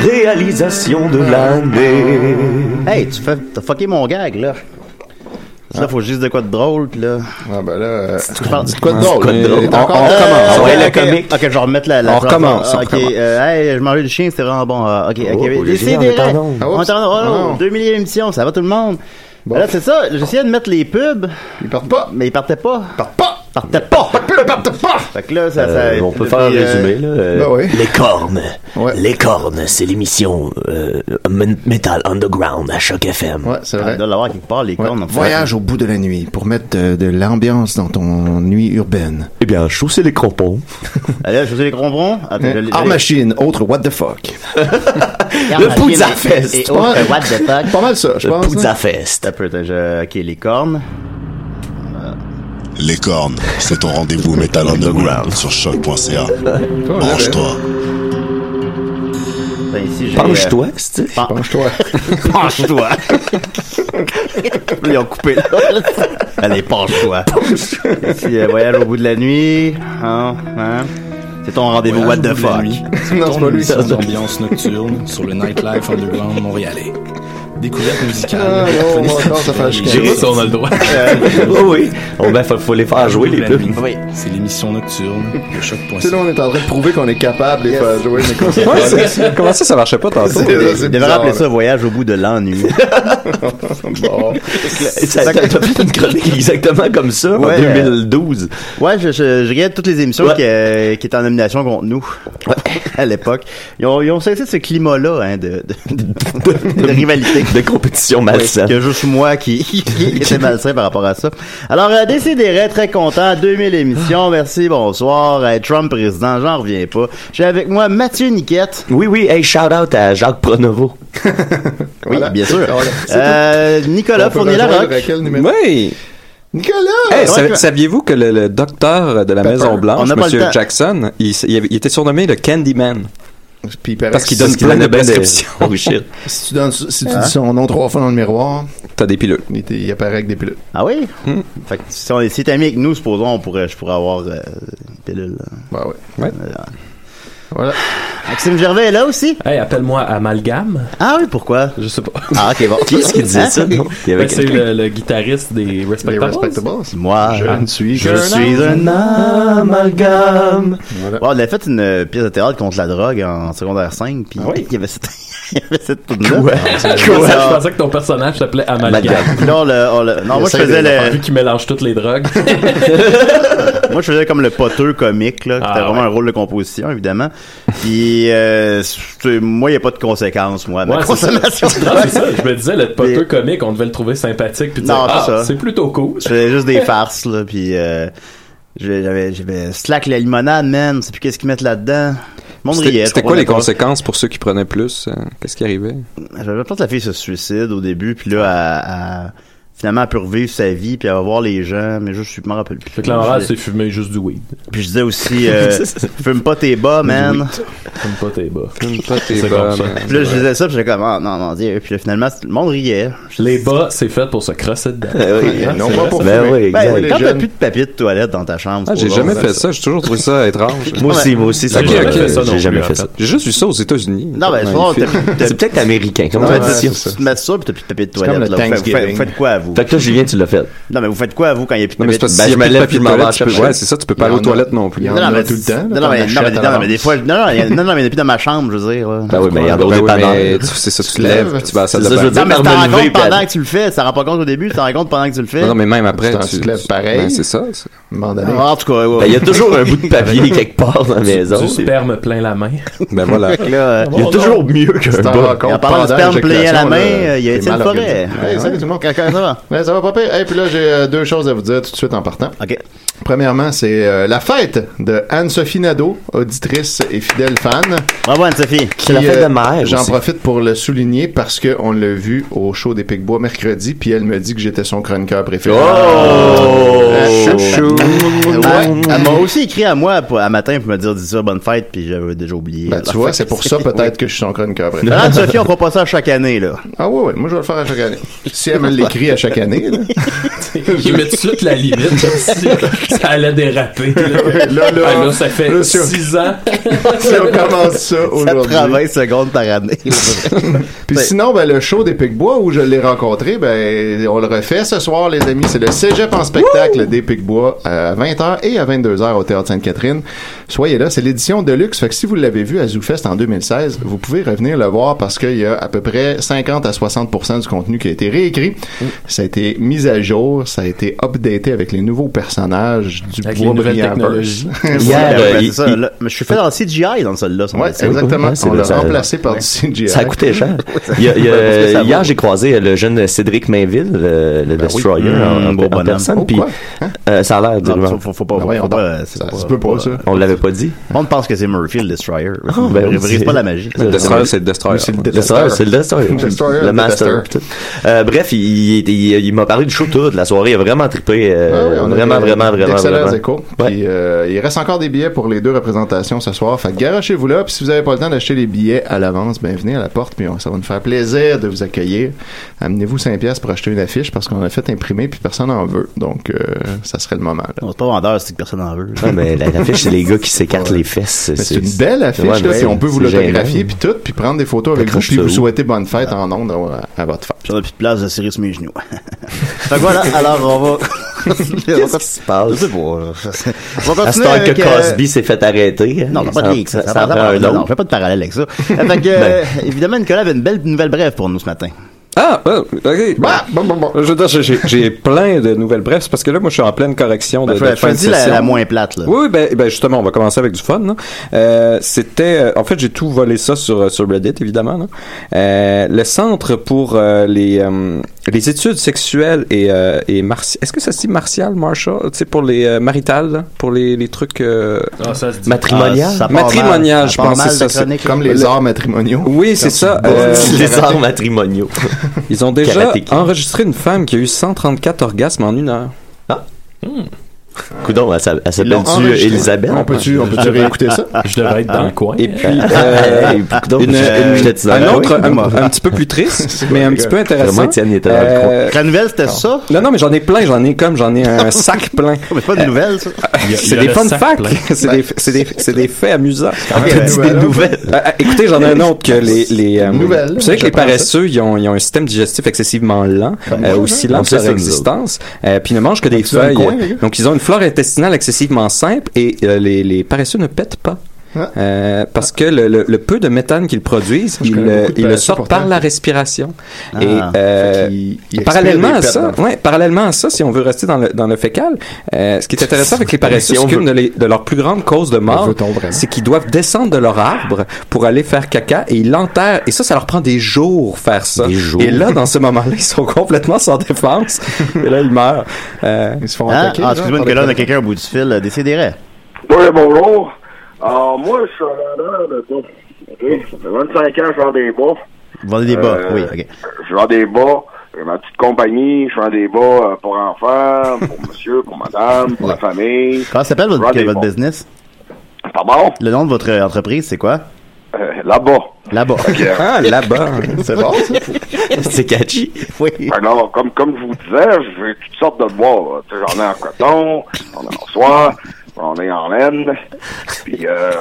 Réalisation de l'année. Hey, tu fais, t'as fucké mon gag, là. Là, faut juste de quoi de drôle, pis là. Ah, ben là. euh, Tu Ah, parles- Quoi de drôle? de drôle. Euh, On- encore- on Euh, recommence. ouais, Ouais, le ok, comique. Ok, je vais remettre la. la On recommence, phrase. on Ok, recommence. euh, hey, je mangeais du chien, c'était vraiment bon. Ah, ok, ok. Oh, mais oh, le chien, on décidez, est en onde. Ah, On oups. est en onde. Non. Oh, 2000 émissions, ça va tout le monde. Bon. Là, c'est ça. J'essayais de mettre les pubs, Ils partent pas! mais ils partaient pas. Ils partent pas! Partaient pas. Ils partent pas! Fait que là, ça. Euh, ça on peut faire un puis, euh, résumé, là. euh, Ben oui. Les cornes. Ouais. Les cornes, c'est l'émission euh, men- Metal Underground à Choc FM. Ouais, c'est Ah, vrai. Il doit l'avoir quelque part, les Ouais. cornes. en fait. Voyage au bout de la nuit pour mettre de, de l'ambiance dans ton nuit urbaine. Eh bien, chausser les crampons. Allez, je faisais les bonbons. Attends, je l'ai- Art machine, autre what the fuck. Carl Machine Poudza et- Fest. et autres, euh, What the fuck? Pas mal ça, je Le pense. hein. Poudza Fest. Attends un peu, attends, je- Ok, les cornes. Les cornes, c'est ton rendez-vous Metal Underground sur choc.ca. Branche-toi. Attends, ici, j'ai, euh, Penche-toi, c'est Bah, pen- Penche-toi. Penche-toi. Ils ont coupé là. Allez, penche-toi. Ici, euh, voyage au bout de la nuit. Hein, hein. C'est ton rendez-vous, what the fuck. Non, c'est pas lui. Émission d'ambiance nocturne sur le Nightlife Underground montréalais. Découverte musicale. Ah, non, moi encore, ça fait la chicane. J'ai ça, on a le droit. oui, oui. Oh, ben, faut, faut les faire jouer, les pubs. Oui. C'est l'émission nocturne de Tu sais, là, choc.ca. on est en train de prouver qu'on est capable de les faire jouer, mais qu'on s'en Ouais, parle. c'est- c'est- comment ça, ça marchait pas tantôt? C'est- c'est Ils devraient bizarre, appeler là. ça voyage au bout de l'ennui. Bon. Ça- T'as t'as fait une chronique exactement comme ça Ouais. en 2012. Ouais, je, je, je regarde toutes les émissions Ouais. qui, euh, qui étaient en nomination contre nous à l'époque. Ils ont, ils ont cessé ce climat-là hein, de, de, de- de rivalité. De compétition Ah, malsaine. Il y a juste moi qui, qui était malsain par rapport à ça. Alors, euh, Décidérez, très content, 2000 Ah. émissions, merci, bonsoir. Euh, Trump président, j'en reviens pas. J'ai avec moi Mathieu Niquette. Oui, oui, hey, shout out à Jacques Pronovo. Oui, bien sûr. Voilà. C'est Euh, Nicolas On peut Fournier-Larocque. rejoindre Raquel numéro- Oui! Nicolas! Eh, Hey, sa- que- saviez-vous que le, le docteur de la Pepper. Maison On Blanche, n'a pas le Monsieur temps. Jackson, il, s- il avait- il était surnommé le Candyman Puis il paraît parce qu'il que donne si- plein ben de des- prescriptions. Oh shit. Si tu donnes si tu dis son nom trois fois dans le miroir, T'as des pilules. il, t- il apparaît avec des pilules. Ah oui? Hmm. Fait que si on est si t'es ami avec nous, supposons, on pourrait, je pourrais avoir euh, une pilule. Bah ouais. Voilà. Voilà. Maxime Gervais est là aussi? Hey, appelle-moi Amalgam. Ah oui, pourquoi? Je sais pas. Ah, ok, bon. Qui est-ce qui disait ça? non? Il y avait Ben, c'est quelqu'un. le, le guitariste des Les Respectables. respectables. Moi, je, ne suis je suis un amalgame. Voilà. Bon, on a fait une euh, pièce de théâtre contre la drogue en secondaire 5, puis il y avait cette, il y avait cette toune-là. Ouais, Ah, je pensais que ton personnage s'appelait Amalgam. Amalgame. Là, on le- on le- non, moi je, faisais le, Vu qu'il mélange toutes les drogues. moi je faisais comme le poteux comique là, qui Ah, était vraiment ouais. un rôle de composition évidemment. Puis euh, c'est- moi il y a pas de conséquences moi. à ma Ouais, c'est consommation de Non, drogue. c'est ça. Je me disais, le poteux Mais- comique, on devait le trouver sympathique. Puis dire, Non, c'est ah, ça. c'est plutôt cool. Je faisais juste des farces, là, puis euh, je- j'avais, j'avais slack la limonade, man, c'est plus qu'est-ce qu'ils mettent là-dedans. Le Monde riait, C'était je c'était quoi les comprenais conséquences pour ceux qui prenaient plus? euh, Qu'est-ce qui arrivait? pas. Ben, J'avais l'impression que la fille se suicide au début, puis là, à, finalement, elle peut revivre sa vie, puis elle va voir les gens, mais je, je me rappelle plus. Fait que la morale, Je- c'est fumer juste du weed. Puis je disais aussi, euh, fume pas tes bas, man. Fume pas tes bas. Fume pas tes C'est bas, comme ça. man. Puis là, je disais ça, puis j'étais comme, ah, non, non, Dieu. Puis là, finalement, le monde riait. Les bas, c'est fait pour se crosser dedans. Euh, oui. Et non c'est pas vrai, pour Ben fumer. oui, Ben, exact. les quand t'as jeunes. plus de papier de toilette dans ta chambre, Ah, c'est j'ai pas jamais bon, fait ça. J'ai toujours trouvé ça étrange. Moi aussi, moi aussi, ça J'ai Ok, jamais ok, fait ça non J'ai jamais plus, fait en ça. fait. J'ai juste vu ça aux États-Unis. Non, ben, Dans c'est les bon, films. t'as- t'as- C'est peut-être américain comme Non, mais tradition. tu, tu te mets ça, puis t'as plus de papier de comme toilette. le là. Vous faites- Vous, faites, Thanksgiving. vous faites quoi à vous? Fait que toi, Julien, tu l'as fait. Non, mais vous faites quoi à vous quand il n'y a plus de Non, mais c'est papier de parce que Ben, si je je me me lève lève puis puis je m'en vais je peux. chercher. Ouais, c'est ça, tu peux pas aller aux Il y en a- toilettes non plus. il y en Non, non, a mais hein. tout le c'est- temps, là, Non, non, t'en mais, non, mais, achètes à non, mais l'avance. des fois, non, non, il y en a- non, non, mais il y en a plus dans ma chambre, je veux dire. là. Ben oui, mais il y en a Ben d'autres oui, dépanneurs. mais tu- c'est ça, tu te lèves, lèves, puis tu vas à la salle c'est de ça, je bain. veux Non, mais par tu t'en me lever, rends compte puis pendant aller. que tu le fais. Tu t'en rends compte au début, tu t'en rends compte pendant que tu le fais. Non, non, mais même après, Tu t'en tu, te lèves tu- pareil. Ben, c'est ça. c'est- Mandarin. Ah, En tout cas, ouais. Ben, il y a toujours un bout de papier quelque part dans la maison. Du sperme plein la main. Ben Là, voilà. euh, Il y a toujours mieux qu'un T'en bas. rends compte en parlant de pendant sperme plié à la l'éjaculation, main, là, euh, il y a t'es Étienne mal Forêt. organisé. Hey, salut tout le monde. Quelqu'un, ça va? Ben, ça va pas pire. Et puis là, j'ai euh, deux choses à vous dire tout de suite en partant. OK. Premièrement, c'est euh, la fête de Anne-Sophie Nadeau, auditrice et fidèle fan. Bravo, Anne-Sophie. C'est la Puis, fête de euh, mère. J'en aussi. profite pour le souligner parce qu'on l'a vu au show des Picbois mercredi, puis elle me dit que j'étais son chroniqueur préféré. Oh! Euh, Ah, Chouchou. Ouais. Elle m'a aussi écrit à moi pour, à matin pour me dire dis ça, bonne fête, puis j'avais déjà oublié. Ben, tu vois, c'est pour ça peut-être que je suis son chroniqueur préféré. Anne-Sophie, on fera pas ça chaque année, là. Ah ouais, ouais, moi je vais le faire à chaque année. Si elle me l'écrit à chaque année. là. Ils mettent tout de suite la limite, comme si ça allait déraper. Là, Là, là, Ah, là, ça fait là, si on- 6 ans. si on commence ça Ça aujourd'hui. prend 20 secondes par année. Ben, Puis sinon, ben, le show des Picbois où je l'ai rencontré, ben, on le refait ce soir, les amis. C'est le cégep en spectacle des Picbois à 20h et à 22h au Théâtre Sainte-Catherine. Soyez là, c'est l'édition de luxe. Fait que si vous l'avez vu à ZooFest en 2016, vous pouvez revenir le voir parce qu'il y a à peu près 50 à 60 du contenu qui a été réécrit. Ça a été mis à jour, ça a été updaté avec les nouveaux personnages du Avec les bois nouvelles brillant technologies. Hier, euh, ben, c'est il- ça, il- là. Mais je suis fait dans le CGI dans celle-là. ça m'a Ouais, Ah dit ça. exactement. Ouais, c'est on vrai, l'a ça- remplacé par du CGI. Ça a coûté cher. Il y a- il y a- Parce que ça vaut. hier, j'ai croisé euh, le jeune Cédric Mainville, euh, le, Ben le Destroyer, Mmh, en- en, beau en bonhomme. personne. Oh, Puis, quoi? Hein? euh, ça a l'air du Non, ça, faut, faut pas, Ben Ah, faut voyons pas, donc. euh, c'est Ça pas- se peut pas, ça. On l'avait pas dit. On pense que c'est Murphy le Destroyer. Ah, ben oui, Il brise c'est- pas la magie. Le Destroyer, c'est le Destroyer. Lui, c'est le Le Destroyer, c'est le Destroyer. Le Destroyer, Le le Master. Destroyer. pis tout. Euh, bref, il, il- il- il m'a parlé du show toute la soirée. Il a vraiment trippé. euh, Ouais, ouais, Ah on a vraiment, des- vraiment, des vraiment, excellents vraiment. échos. Ouais. Puis, euh, il reste encore des billets pour les deux représentations ce soir. Fait que garochez-vous là. Puis si vous n'avez pas le temps d'acheter les billets à l'avance, ben venez à la porte. Puis on- ça va nous faire plaisir de vous accueillir. Amenez-vous 5 pièces pour acheter une affiche parce qu'on a fait imprimer puis personne n'en veut. Donc euh, ça serait le moment. là. On c'est pas vendeur si personne en veut. Ouais, Ah, mais la- l'affiche, c'est les gars qui s'écartent les fesses. Mais C'est une belle affiche, Ouais, là, mais puis on peut vous c'est gênant. l'autographier puis tout, puis prendre des photos avec vous, Accroche puis ça vous où? souhaiter bonne fête en ondes à, à votre fête. J'en ai plus de place de serrer sur mes genoux. fait que voilà, alors on va. Qu'est-ce qui se Je passe? sais pas. là. On va À ce continuer temps avec, que euh, Cosby s'est fait arrêter. hein, Non, on n'a pas ça- de lien avec ça. Ça Ça ça en prend va- un non, non, je autre. Ben. fais pas de parallèle avec ça. Fait que, euh, évidemment, Nicolas avait une belle nouvelle brève pour nous ce matin. Ah, ah, ok. Bah, bon, bon, bon. Je veux dire, j'ai- j'ai- j'ai plein de nouvelles brefs c'est parce que là, moi, je suis en pleine correction Ben, de, de je fin de choisis la, session. la moins plate, là. Oui, oui, ben, ben justement, on va commencer avec du fun. là. Euh, C'était, euh, en fait, j'ai tout volé ça sur euh, sur Reddit, évidemment. là. Euh, le centre pour euh, les euh, les études sexuelles et euh, et marti- Est-ce que ça se dit martial, martial Tu sais, pour les euh, maritales, là, pour les les trucs euh, Ah, ça se dit. Matrimonial? Ah, ça part Matrimonial, mal. je part pense mal que c'est de ça, chronique. Euh, Comme les arts matrimoniaux. Oui, c'est ça. euh, Les arts matrimoniaux. ils ont déjà Karaté Kid. enregistré une femme qui a eu 134 orgasmes en une heure. Coudon, elle s'a- elle Ils l'ont s'appelle-tu enregistré. Elisabeth? On peut-tu on peut-tu réécouter ça? Je devrais être dans le coin. Et puis euh, Hey, puis coudon, une- Ah je- une- j'étais dans la- un autre, Oui, un, moi. un petit peu plus triste, mais un petit peu Vraiment, intéressant. Étienne, il était dans le coin. Euh, La nouvelle, c'était ça? Oh, Non, non, mais j'en ai plein, j'en ai comme, j'en ai un sac plein. Mais c'est pas une nouvelle, euh, ça. Ah, Il y a- il y C'est a des le fun sac facts, plein. Ah, c'est des, c'est des, c'est des faits amusants. C'est des nouvelles. Euh, euh, écoutez, j'en ai un autre que les, les euh, Nouvelle. Vous savez que les J'apprends ça. paresseux, ils ont, ils ont un système digestif excessivement lent, euh, aussi lent On que sait leur ça, nous existence, euh, puis ils ne mangent que des tu as un feuilles. coin, les gars? Donc ils ont une flore intestinale excessivement simple et euh, les, les paresseux ne pètent pas. Ah. Euh, parce que le, le- le peu de méthane qu'ils produisent, je ils, connais le- beaucoup de ils le paresseux sortent par pourtant. la respiration. Ah. et euh, Ils- ils Parallèlement expirent à des ça, pets, ouais, parallèlement à ça, si on veut rester dans le, dans le fécal, euh, ce qui est intéressant avec les paresseux, Si on c'est qu'une veut. de, les- de leurs plus grandes causes de On mort, veut-on vraiment? c'est qu'ils doivent descendre de leur arbre pour aller faire caca et ils l'enterrent. Et ça, ça leur prend des jours faire ça. Des jours. Et là, dans ce moment-là, ils sont complètement sans défense. et là, ils meurent. Euh, Ils se font Hein? attaquer. Ah, genre, excuse-moi, par Nicolas, les on a quelqu'un au bout du fil. euh, Décidérez. Oui, bonjour. Euh, moi, je suis un vendeur de bois. OK? J'ai 25 ans, je vends des bas. Vous vendez des bas. Euh, Oui, OK. Je vends des bas. J'ai ma petite compagnie. Je vends des bas euh, pour enfants, pour monsieur, pour madame, pour la famille. Comment s'appelle votre, Rendez-vous. votre business? Pardon? Le nom de votre entreprise, c'est quoi? Euh, Là-bas. Là-bas. ah, là-bas. C'est bon, ça? C'est catchy. oui. Alors, Ben comme, comme je vous disais, j'ai toutes sortes de bois. là. Tu sais, J'en ai en coton, j'en ai en soie, j'en ai en laine. Puis, euh,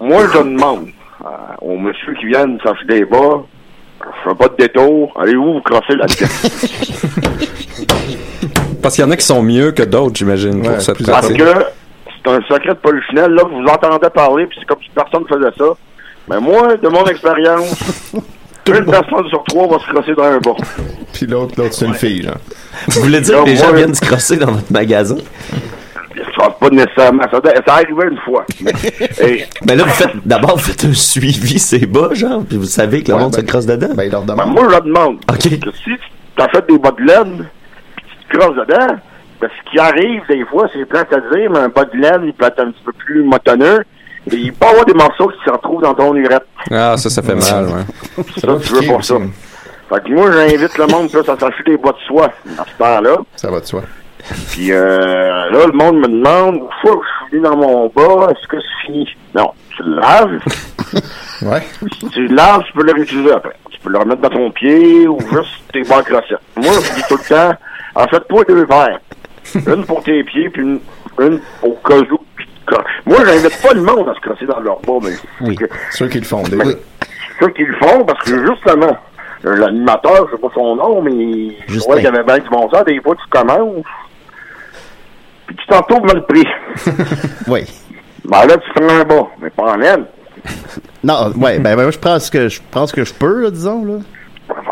moi, je demande euh, aux monsieur qui viennent chercher des bas, je fais pas de détour, allez-vous vous crosser là-dedans? Parce qu'il y en a qui sont mieux que d'autres, j'imagine, Ouais, pour cette plus Parce pratique. que c'est un secret de polichinelle, là, que vous entendez parler, puis c'est comme si personne faisait ça. Mais moi, de mon expérience, une personne sur trois va se crosser dans un bas. Puis l'autre, l'autre, c'est une fille, genre. Vous voulez dire Non, que les gens moi- viennent se crosser dans votre magasin? Ça va pas nécessairement. Ça, ça arrivait une fois. Et, Ben là, vous faites, d'abord, vous faites un suivi, c'est bas, genre, puis vous savez que le Ouais, monde ben- se crosse dedans. Ben, il leur ben, demande. moi, je leur demande Ok. que si tu achètes des bas de laine, puis tu te crosses dedans, ben, ce qui arrive des fois, c'est plate à dire, mais un bas de laine, il peut être un petit peu plus motonneux, et il peut y avoir des morceaux qui se retrouvent dans ton urette. Ah, ça, ça fait mal, ouais. Ça, tu veux pas ça. Fait que moi, j'invite le monde plus à s'acheter des bois de soie à ce temps-là. Ça va de soi. Puis euh, là, le monde me demande, fois que je suis venu dans mon bas, est-ce que c'est fini? Non, tu le laves. Ouais. Si tu le laves, tu peux le réutiliser après. Tu peux peux le remettre dans ton pied ou juste tes bas crochettes. Moi, je dis tout le temps, en fait, toi, deux verres. Une pour tes pieds, puis une, une au cas où tu te croches. Moi, j'invite pas le monde à se crosser dans leur bas, mais Oui. Ceux qui le font, déjà. mais ceux qui le font, parce que justement, l'animateur, je sais pas son nom, mais je Justin. trouvais qu'il y avait bien du bon sens. Des fois, tu commences, puis tu t'en trouves mal pris. Oui. Ben là, tu prends un bas, mais pas en laine. Non, ouais, ben, ben, moi, je prends ce que je prends ce que je peux, là, disons, là.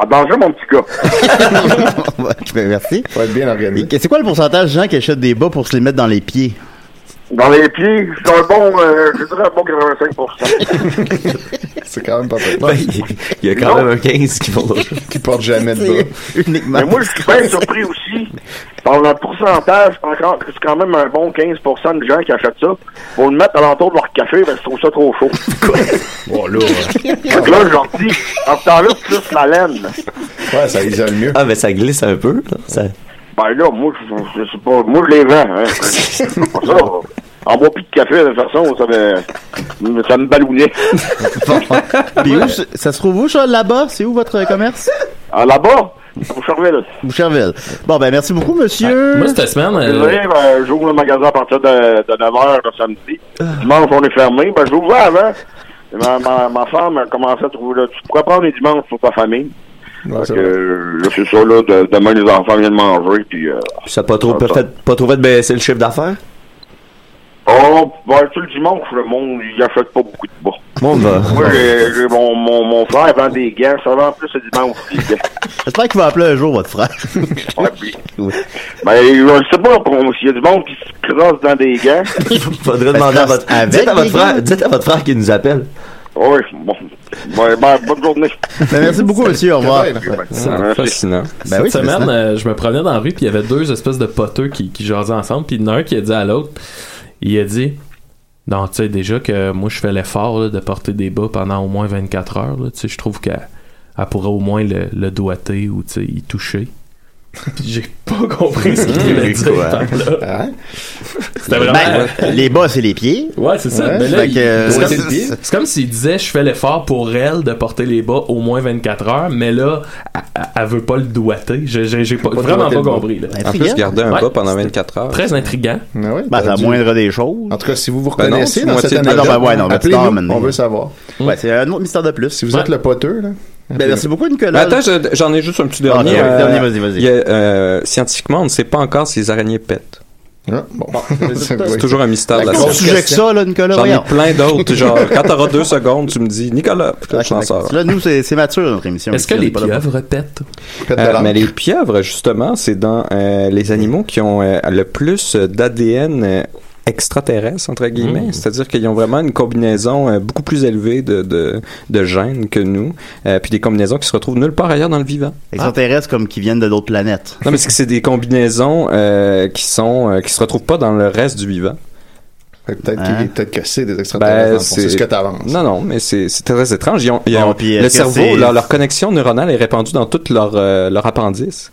En danger, mon petit gars. Ben, merci. Faut être bien organisé. C'est quoi le pourcentage de gens qui achètent des bas pour se les mettre dans les pieds? Dans les pieds, c'est un bon, euh, je dirais un bon 85%. C'est quand même pas fait. Il y a quand même un 15 qui vont qui porte jamais de bas. Mais moi, je suis bien surpris aussi. Par le pourcentage, c'est encore- c'est quand même un bon 15% de gens qui achètent ça. Pour le mettre à l'entour de leur café, parce qu'ils trouvent ça trop chaud. Bon, là, euh, Fait que là, je leur dis, en ce temps-là, c'est juste la laine. Ouais, ça isole mieux. Ah, mais ça glisse un peu, là. Ça... Ben là, moi, je, je sais pas, moi, je les vends. Hein. C'est pas ça. En bois plus de café, de toute façon, ça me, ça me ballonnait. Puis où, ça ça se trouve où, ça, là-bas? C'est où votre euh, commerce? Ah, là-bas? Boucherville. Euh. Boucherville. Bon, ben, merci beaucoup, monsieur. Moi, cette semaine, euh, Désolé, ben, j'ouvre le magasin à partir de, 9h le samedi. Ah. Dimanche, on est fermé. Ben, j'ouvrais avant. Ma, ma, ma femme elle commençait à trouver là, tu pourrais prendre les dimanches pour ta famille. Ouais, Fait c'est que, vrai. euh, là, c'est ça, là, de- demain, les enfants viennent manger, puis, euh, Puis ça n'a pas trop, Ah, ça. peut-être pas trop fait de baisser le chiffre d'affaires? oh, ben, tu le dimanche, le monde, il achète pas beaucoup de bas. Moi, on va. Moi, j'ai, j'ai mon, mon, mon frère vend des gants, ça vend plus le dimanche aussi. des gants. J'espère qu'il va appeler un jour votre frère. Ouais, puis- Oui. ben, je sais pas, pour- s'il y a du monde qui se crosse dans des gants, Faudrait demander à votre, Avec dites à votre les gars? frère, dites à votre frère qu'il nous appelle. ouais, bon, ben, ben, bonne journée. Ben, merci beaucoup, monsieur. Au revoir. Ouais, ouais. c'est- Ah, merci. Fascinant. Ben oui, cette semaine, fascinant. euh, je me promenais dans la rue, puis il y avait deux espèces de poteux qui, qui jasaient ensemble, puis il y en a un qui a dit à l'autre, il a dit, non, tu sais, déjà que moi, je fais l'effort là, de porter des bas pendant au moins 24 heures, là. tu sais, je trouve qu'elle elle pourrait au moins le, le doigter ou, tu sais, y toucher. Puis j'ai pas compris ce qu'il voulait dire par là. Ah, hein? C'était vraiment... Ben, les bas, c'est les pieds. Ouais, c'est ça. Ouais. Mais là, Fait il- que, euh, c'est c'est comme- le pied. c'est comme s'il disait je fais l'effort pour elle de porter les bas au moins 24 heures, mais là, elle- elle- elle veut pas le doigter. J'ai j'ai- j'ai pas- Pas vraiment doigter pas le bas. compris. là. En plus, Intriguant. garder un Ouais. bas pendant 24 heures. Très intriguant. Ah ouais, Ben, ça t'as dû- moindre des choses. En tout cas, si vous vous Ben non, reconnaissez c'est dans moitié cette de la anecdote, job. Ah ben ouais, non, mais tu t'en appelez-nous, maintenant. on veut savoir. Ouais, c'est un autre mystère de plus. Si vous êtes Ouais. le poteux, là. Ben, merci beaucoup, Mais Nicolas. attends, je- j'en ai juste un petit dernier. ok, Euh, dernier, vas-y, vas-y. il y a, euh, scientifiquement, on ne sait pas encore si les araignées pètent. Ah, bon. C'est toujours un mystère de la La Gros grosse science. sujet que ça, là, Nicolas. J'en ai voyons. plein d'autres. Genre, quand t'auras deux secondes, tu me dis Nicolas, puis là, je t'en sors. Là, nous, c'est c'est mature, notre émission. Est-ce que Ici, on les est pas là pour- pieuvres pètent Pète de Euh, l'âme. mais les pieuvres, justement, c'est dans euh, les animaux qui ont euh, le plus d'ADN euh, extraterrestre, entre guillemets. Hmm. C'est-à-dire qu'ils ont vraiment une combinaison euh, beaucoup plus élevée de, de, de gènes que nous, euh, puis des combinaisons qui se retrouvent nulle part ailleurs dans le vivant. Ah. Extraterrestres comme qui viennent de d'autres planètes. Non, mais c'est que c'est des combinaisons euh, qui sont euh, qui se retrouvent pas dans le reste du vivant. Fait que Peut-être Hein? qu'il- peut-être que c'est des extraterrestres. dans le fond. c'est ce que t'avances. Ben, Non, non, mais c'est c'est très étrange. Ils ont, ils Bon, ont- puis est-ce le que c'est- cerveau, leur, leur connexion neuronale est répandue dans tout leur, euh, leur appendice.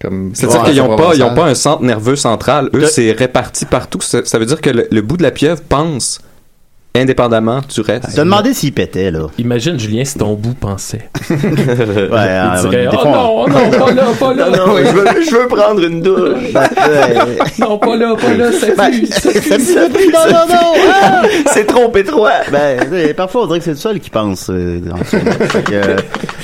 Comme- C'est-à-dire Ouais, qu'ils n'ont pas, ils ont provençal. pas un centre nerveux central. Eux, Que- c'est réparti partout. Ça, ça veut dire que le, le bout de la pieuvre pense indépendamment du reste. Ah, T'as demandé s'ils pétaient, là. Imagine, Julien, si ton bout pensait. Ouais, Il euh, dirait des Oh fois, non, oh non, pas là, pas là, non, je, veux, prendre une douche. pas là, pas là, ça Ben, pue, ça pue. Non, non, non! ah! C'est trop étroit. Ben, tu sais, parfois, on dirait que c'est le seul qui pense. euh, en ce moment. Fait que, euh,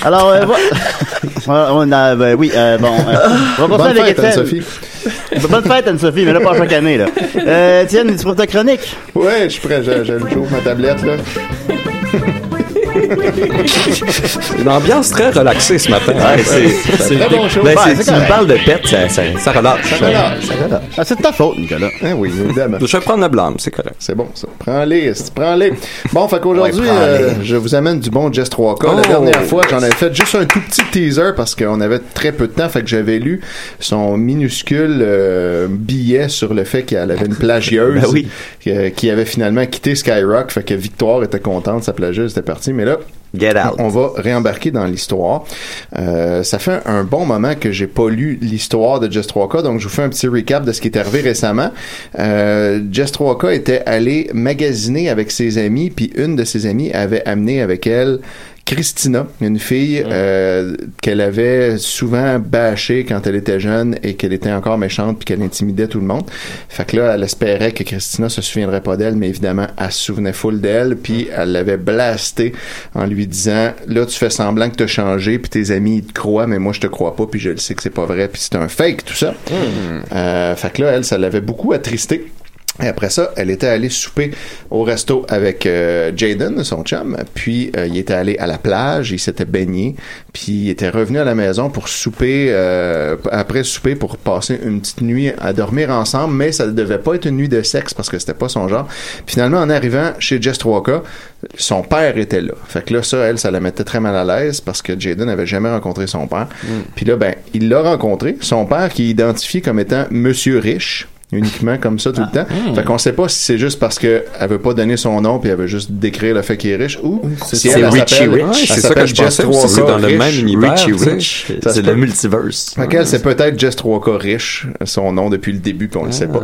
alors, euh, voilà. on a, ben, oui, euh, bon, euh, on va passer Bonne avec fête, Étienne. Anne-Sophie. Bonne fête, Anne-Sophie, mais là, pas à chaque année, là. Euh, Étienne, c'est pour ta chronique. Ouais, je suis prêt, j'ai j'ai le jour, ma tablette, là. Une ambiance très relaxée ce matin. C'est Très bon show. Ben, Ben, c'est- c'est tu me correct. parles de pète, ça, ça- Ça relâche. voilà, ça va, là. Ah, c'est de ta faute, Nicolas. Hein, ben, oui, évidemment. Je vais prendre le blâme, c'est correct. C'est bon, ça. Prends-les, c'est- prends-les. Bon, fait qu'aujourd'hui, Ouais, prends-les. euh, je vous amène du bon Jess 3K. La Oh! dernière fois, j'en avais fait juste un tout petit teaser parce qu'on avait très peu de temps, fait que j'avais lu son minuscule euh, billet sur le fait qu'elle avait une plagieuse Ben oui. euh, qui avait finalement quitté Skyrock, fait que Victoire était contente, sa plagieuse était partie, mais là... Get out. On va réembarquer dans l'histoire. Euh, ça fait un bon moment que j'ai pas lu l'histoire de Jess 3K, donc je vous fais un petit recap de ce qui est arrivé récemment. Euh, Jess 3K était allée magasiner avec ses amis, puis une de ses amies avait amené avec elle Christina, une Mm. fille euh, qu'elle avait souvent bâchée quand elle était jeune et qu'elle était encore méchante puis qu'elle intimidait tout le monde. Fait que là, elle espérait que Christina se souviendrait pas d'elle, mais évidemment, elle se souvenait full d'elle puis elle l'avait blastée en lui disant là, tu fais semblant que t'as changé puis tes amis ils te croient, mais moi je te crois pas puis je le sais que c'est pas vrai puis c'est un fake tout ça. Euh, fait que là, elle, ça l'avait beaucoup attristée. Et après ça, elle était allée souper au resto avec euh, Jaden, son chum. Puis euh, il était allé à la plage, il s'était baigné, puis il était revenu à la maison pour souper euh, après souper pour passer une petite nuit à dormir ensemble. Mais ça ne devait pas être une nuit de sexe parce que c'était pas son genre. Finalement, en arrivant chez Jess 3K, son père était là. Fait que là, ça, elle, ça la mettait très mal à l'aise parce que Jaden n'avait jamais rencontré son père. Puis là, ben, il l'a rencontré, son père qui est identifié comme étant Monsieur Riche uniquement comme ça tout Ah. le temps. Hmm. Fait qu'on sait pas si c'est juste parce que elle veut pas donner son nom puis elle veut juste décrire le fait qu'il est riche ou si c'est elle, elle Richie s'appelle- Rich. elle Ouais, c'est ça s'appelle que je Jess pensais aussi, c'est 3K dans le Rich. même univers, Richie tu sais. Rich. Ça se C'est le peut. multiverse. Fait qu'elle, c'est peut-être Jess 3K riche, son nom depuis le début, puis on le sait pas.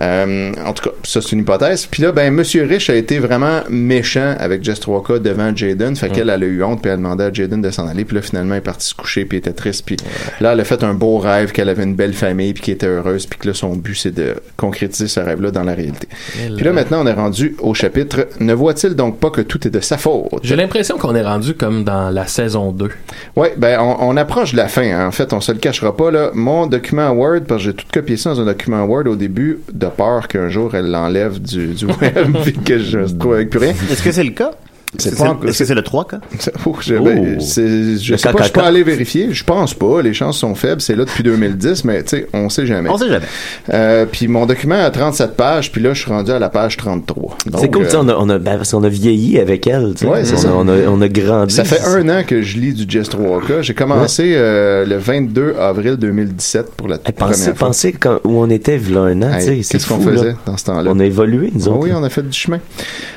Euh, en tout cas, ça, c'est une hypothèse. Puis là, ben, Monsieur Rich a été vraiment méchant avec Jess 3K devant Jaden. Fait qu'elle, elle a eu honte, puis elle demandait à Jaden de s'en aller. Puis là, finalement, elle est partie se coucher, puis elle était triste. Puis là, elle a fait un beau rêve qu'elle avait une belle famille, puis qu'elle était heureuse, puis que là, son but, c'est de concrétiser ce rêve-là dans la réalité. Puis là, maintenant, on est rendu au chapitre « Ne voit-il donc pas que tout est de sa faute? » J'ai l'impression qu'on est rendu comme dans la saison 2. Ouais, ben on, on approche de la fin. hein. En fait, on se le cachera pas là. Mon document Word, parce que j'ai tout copié ça dans un document Word au début, de peur qu'un jour elle l'enlève du, du web et que je me retrouve avec plus rien. Est-ce que c'est le cas? C'est Est-ce pas que c'est le 3K? Ouh, je, ben, Oh. c'est- je sais pas, je peux aller vérifier. Je pense pas. Les chances sont faibles. C'est là depuis 2010, mais tu sais, on sait jamais. On sait jamais. Euh, puis mon document a 37 pages, puis là, je suis rendu à la page 33. C'est Donc, cool, euh, tu sais, on a, on a- ben, parce qu'on a vieilli avec elle. tu sais. Ouais, c'est on, ça. A, on, a, on a grandi. Ça fait un an que je lis du Jess 3K. J'ai commencé euh, le 22 avril 2017 pour la toute Hey, pensez, première fois. pensez quand- où on était v'là un an. tu Hey, sais, Hein, c'est Qu'est-ce qu'on fou, là. faisait dans ce temps-là? On a évolué, nous Ah autres. oui, on a fait du chemin.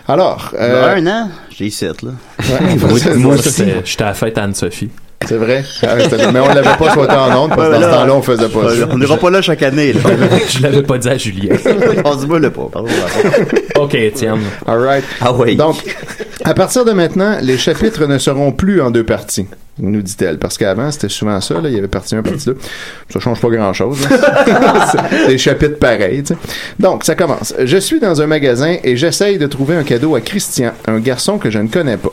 Alors, euh, Ben, un an? J'ai 7, là. ouais, Moi- c'est- moi Ça, aussi. c'était- J'étais à la fête à Anne-Sophie. c'est vrai. Ah oui, c'était- mais on l'avait pas souhaité en ondes parce que Ouais, dans ce là, temps-là, on faisait pas ça. Euh, on n'ira pas là chaque année, là. Je l'avais pas dit à Julien. on se brûle pas, Oh, pardon. ok, Étienne. All right. Ah ouais. Donc, à partir de maintenant, les chapitres ne seront plus en deux parties, nous dit-elle. Parce qu'avant, c'était souvent ça, là, il y avait partie 1, partie 2. Ça change pas grand-chose. là. C'est des chapitres pareils. tu sais. Donc, ça commence. Je suis dans un magasin et j'essaye de trouver un cadeau à Christian, un garçon que je ne connais pas.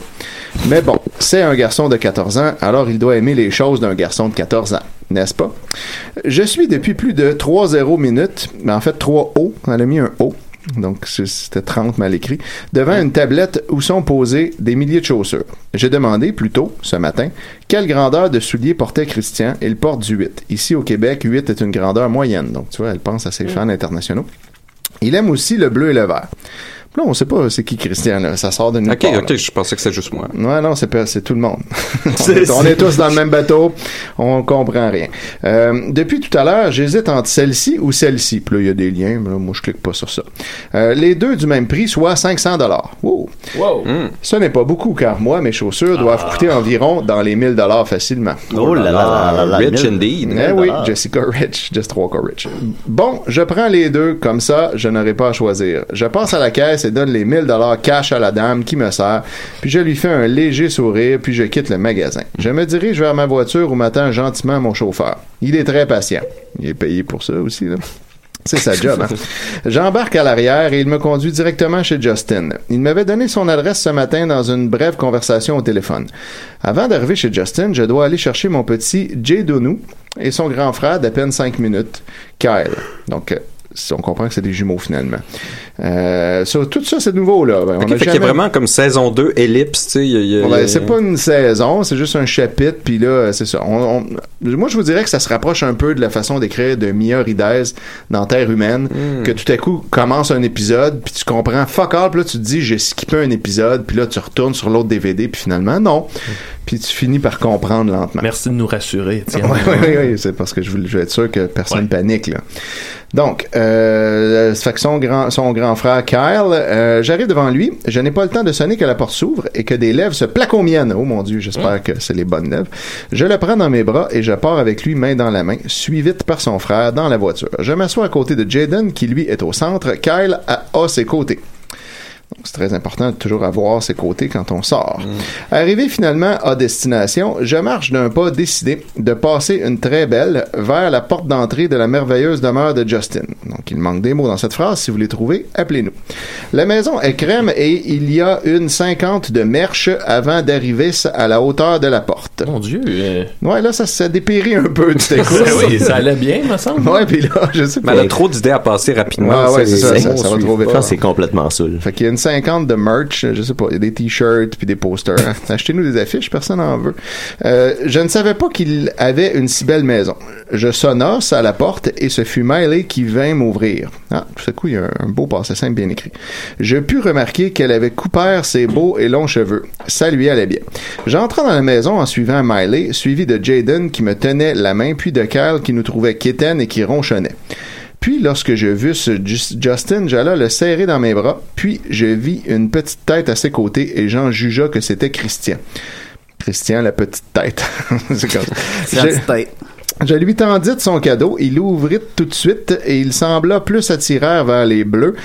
Mais bon, c'est un garçon de 14 ans, alors il doit aimer les choses d'un garçon de 14 ans, n'est-ce pas? Je suis depuis plus de 3-0 minutes, mais en fait 3 O, elle a mis un O, donc c'est- c'était 30 mal écrit, devant une tablette où sont posées des milliers de chaussures. J'ai demandé plus tôt, ce matin, quelle grandeur de souliers portait Christian. Il porte du 8. Ici au Québec, 8 est une grandeur moyenne, donc tu vois, elle pense à ses fans internationaux. Il aime aussi le bleu et le vert. Là, on sait pas c'est qui Christian, là. ça sort de nulle Ok, part, là. ok, je pensais que c'était juste moi. Ouais, non, c'est pas- c'est tout le monde. on, est, on est tous dans le même bateau, on comprend rien. Euh, depuis tout à l'heure, j'hésite entre celle-ci ou celle-ci. Puis là, il y a des liens, mais là, moi, je clique pas sur ça. Euh, les deux du même prix, soit 500 dollars. Wow. Ce n'est pas beaucoup, car moi, mes chaussures doivent coûter environ dans les 1000 dollars facilement. Oh là là là là là. Rich mille- indeed. mille Eh oui, dollars. Jessica Rich, Just 3 Rich. Bon, je prends les deux, comme ça, je n'aurai pas à choisir. Je passe à la caisse et donne les 1000 dollars cash à la dame qui me sert, puis je lui fais un léger sourire, puis je quitte le magasin. Je me dirige vers ma voiture où m'attend gentiment mon chauffeur. Il est très patient. Il est payé pour ça aussi, là. C'est sa job. hein. J'embarque à l'arrière et il me conduit directement chez Justin. Il m'avait donné son adresse ce matin dans une brève conversation au téléphone. Avant d'arriver chez Justin, je dois aller chercher mon petit Jay Donou et son grand frère d'à peine cinq minutes, Kyle. Donc, euh, si on comprend que c'est des jumeaux finalement. Euh, sur- tout ça, c'est nouveau là. Ben, Ok, on fait a qu'il y a jamais- vraiment comme saison 2, ellipse, tu sais. il y a- il y a- Ouais, c'est pas une saison, c'est juste un chapitre, puis là, c'est ça. On- on- moi, je vous dirais que ça se rapproche un peu de la façon d'écrire de Mia Rides dans Terre humaine, Hmm. Hmm. que tout à coup, commence un épisode, puis tu comprends fuck all, puis là, tu te dis, j'ai skippé un épisode, puis là, tu retournes sur l'autre DVD, puis finalement, non. Puis tu finis par comprendre lentement. Hmm. Merci de nous rassurer, Étienne. Oui, oui, oui, c'est parce que je voulais, je veux être sûr que personne Ouais. panique. Là. Donc, euh, ça fait que son grand, son grand frère Kyle, euh, j'arrive devant lui, je n'ai pas le temps de sonner que la porte s'ouvre et que des lèvres se plaquent aux miennes. Oh mon Dieu, j'espère Hmm. que c'est les bonnes lèvres. Je le prends dans mes bras et je pars avec lui main dans la main, suivi vite par son frère dans la voiture. Je m'assois à côté de Jaden qui lui est au centre, Kyle à, à ses côtés. Donc, C'est très important de toujours avoir ses côtés quand on sort. Arrivé finalement à destination, je marche d'un pas décidé de passer une très belle vers la porte d'entrée de la merveilleuse demeure de Justin. Donc il manque des mots dans cette phrase. Si vous les trouvez, appelez-nous. La maison est crème et il y a une cinquante de merches avant d'arriver à la hauteur de la porte. Mon Dieu. euh, Ouais, là, ça, ça dépérit un peu du texte. ça, Eh oui, ça allait bien, me semble. Ouais, puis là, je sais pas. Mais Ben, elle a trop d'idées à passer rapidement. Ouais, ouais, c'est ça, les ça, mots ça va suivent trop vite. pas. Ça, Ah, c'est complètement ça. là. Fait qu'il y a une 50 de merch, je sais pas, il y a des t-shirts puis des posters. Achetez-nous des affiches, personne n'en veut. Euh, je ne savais pas qu'il avait une si belle maison. Je sonosse à la porte et ce fut Miley qui vint m'ouvrir. Ah, tout à coup, il y a un, un beau passé simple bien écrit. Je pus remarquer qu'elle avait coupé ses beaux et longs cheveux. Ça lui allait bien. J'entrai dans la maison en suivant Miley, suivi de Jaden qui me tenait la main, puis de Kyle qui nous trouvait quétaine et qui ronchonnait. Puis, lorsque je vis ce Ju- Justin, j'alla le serrer dans mes bras, puis je vis une petite tête à ses côtés et j'en jugea que c'était Christian. Christian, la petite tête. C'est comme- Je- je lui tendis de son cadeau, il ouvrit tout de suite et il sembla plus attiré vers les bleus.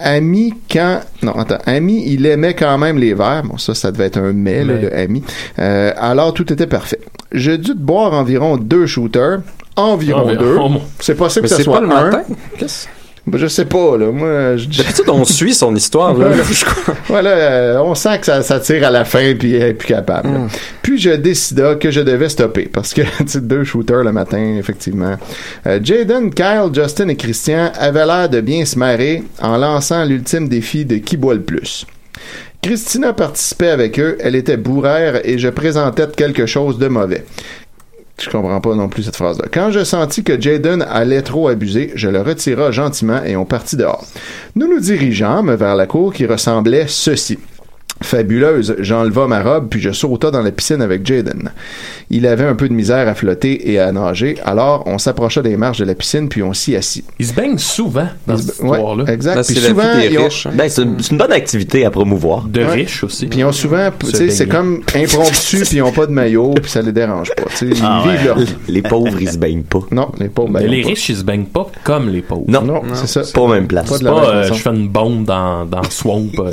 Ami, quand. Non, attends. Ami, il aimait quand même les verts. Bon, ça, ça devait être un mais, là, Mais. le ami. Euh, alors, tout était parfait. Je dus de boire environ deux shooters. Environ Ah, Environ. deux. C'est possible oh Mais que ce c'est soit pas le un. matin? Qu'est-ce? Ben, Je sais pas, là. Moi, je. D'habitude, on suit son histoire. Là. Je crois. Voilà, euh, on sent que ça, ça tire à la fin puis elle est plus capable. là. Puis je décida que je devais stopper parce que tu sais, deux shooters le matin, effectivement. Euh, Jaden, Kyle, Justin et Christian avaient l'air de bien se marrer en lançant l'ultime défi de qui boit le plus. Christina participait avec eux, elle était bourrère et je présentais quelque chose de mauvais. Je comprends pas non plus cette phrase-là. Quand je sentis que Jaden allait trop abuser, je le retira gentiment et on partit dehors. Nous nous dirigeâmes vers la cour qui ressemblait ceci. Fabuleuse, j'enleva ma robe puis je sauta dans la piscine avec Jaden. Il avait un peu de misère à flotter et à nager, alors on s'approcha des marches de la piscine puis on s'y assit. Ils se baignent souvent dans cette Ouais, histoire-là. exact. Là, Puis c'est la souvent, vie des ils ont- riches. hein. Ben, c'est une c'est une bonne activité à promouvoir. De Ouais. riches aussi. puis ils ont souvent, tu sais, c'est baigner. comme impromptu puis ils ont pas de maillot puis ça les dérange pas. tu sais, Ils Ah vivent ouais. leur vie. L- Les pauvres, ils se baignent pas. Non, les pauvres. ben, Mais ils ont les pas. riches, ils se baignent pas comme les pauvres. Non, Non, c'est ça. pas aux même place. Pas de Pas, la même euh, façon. je fais une bombe dans, dans Swamp euh,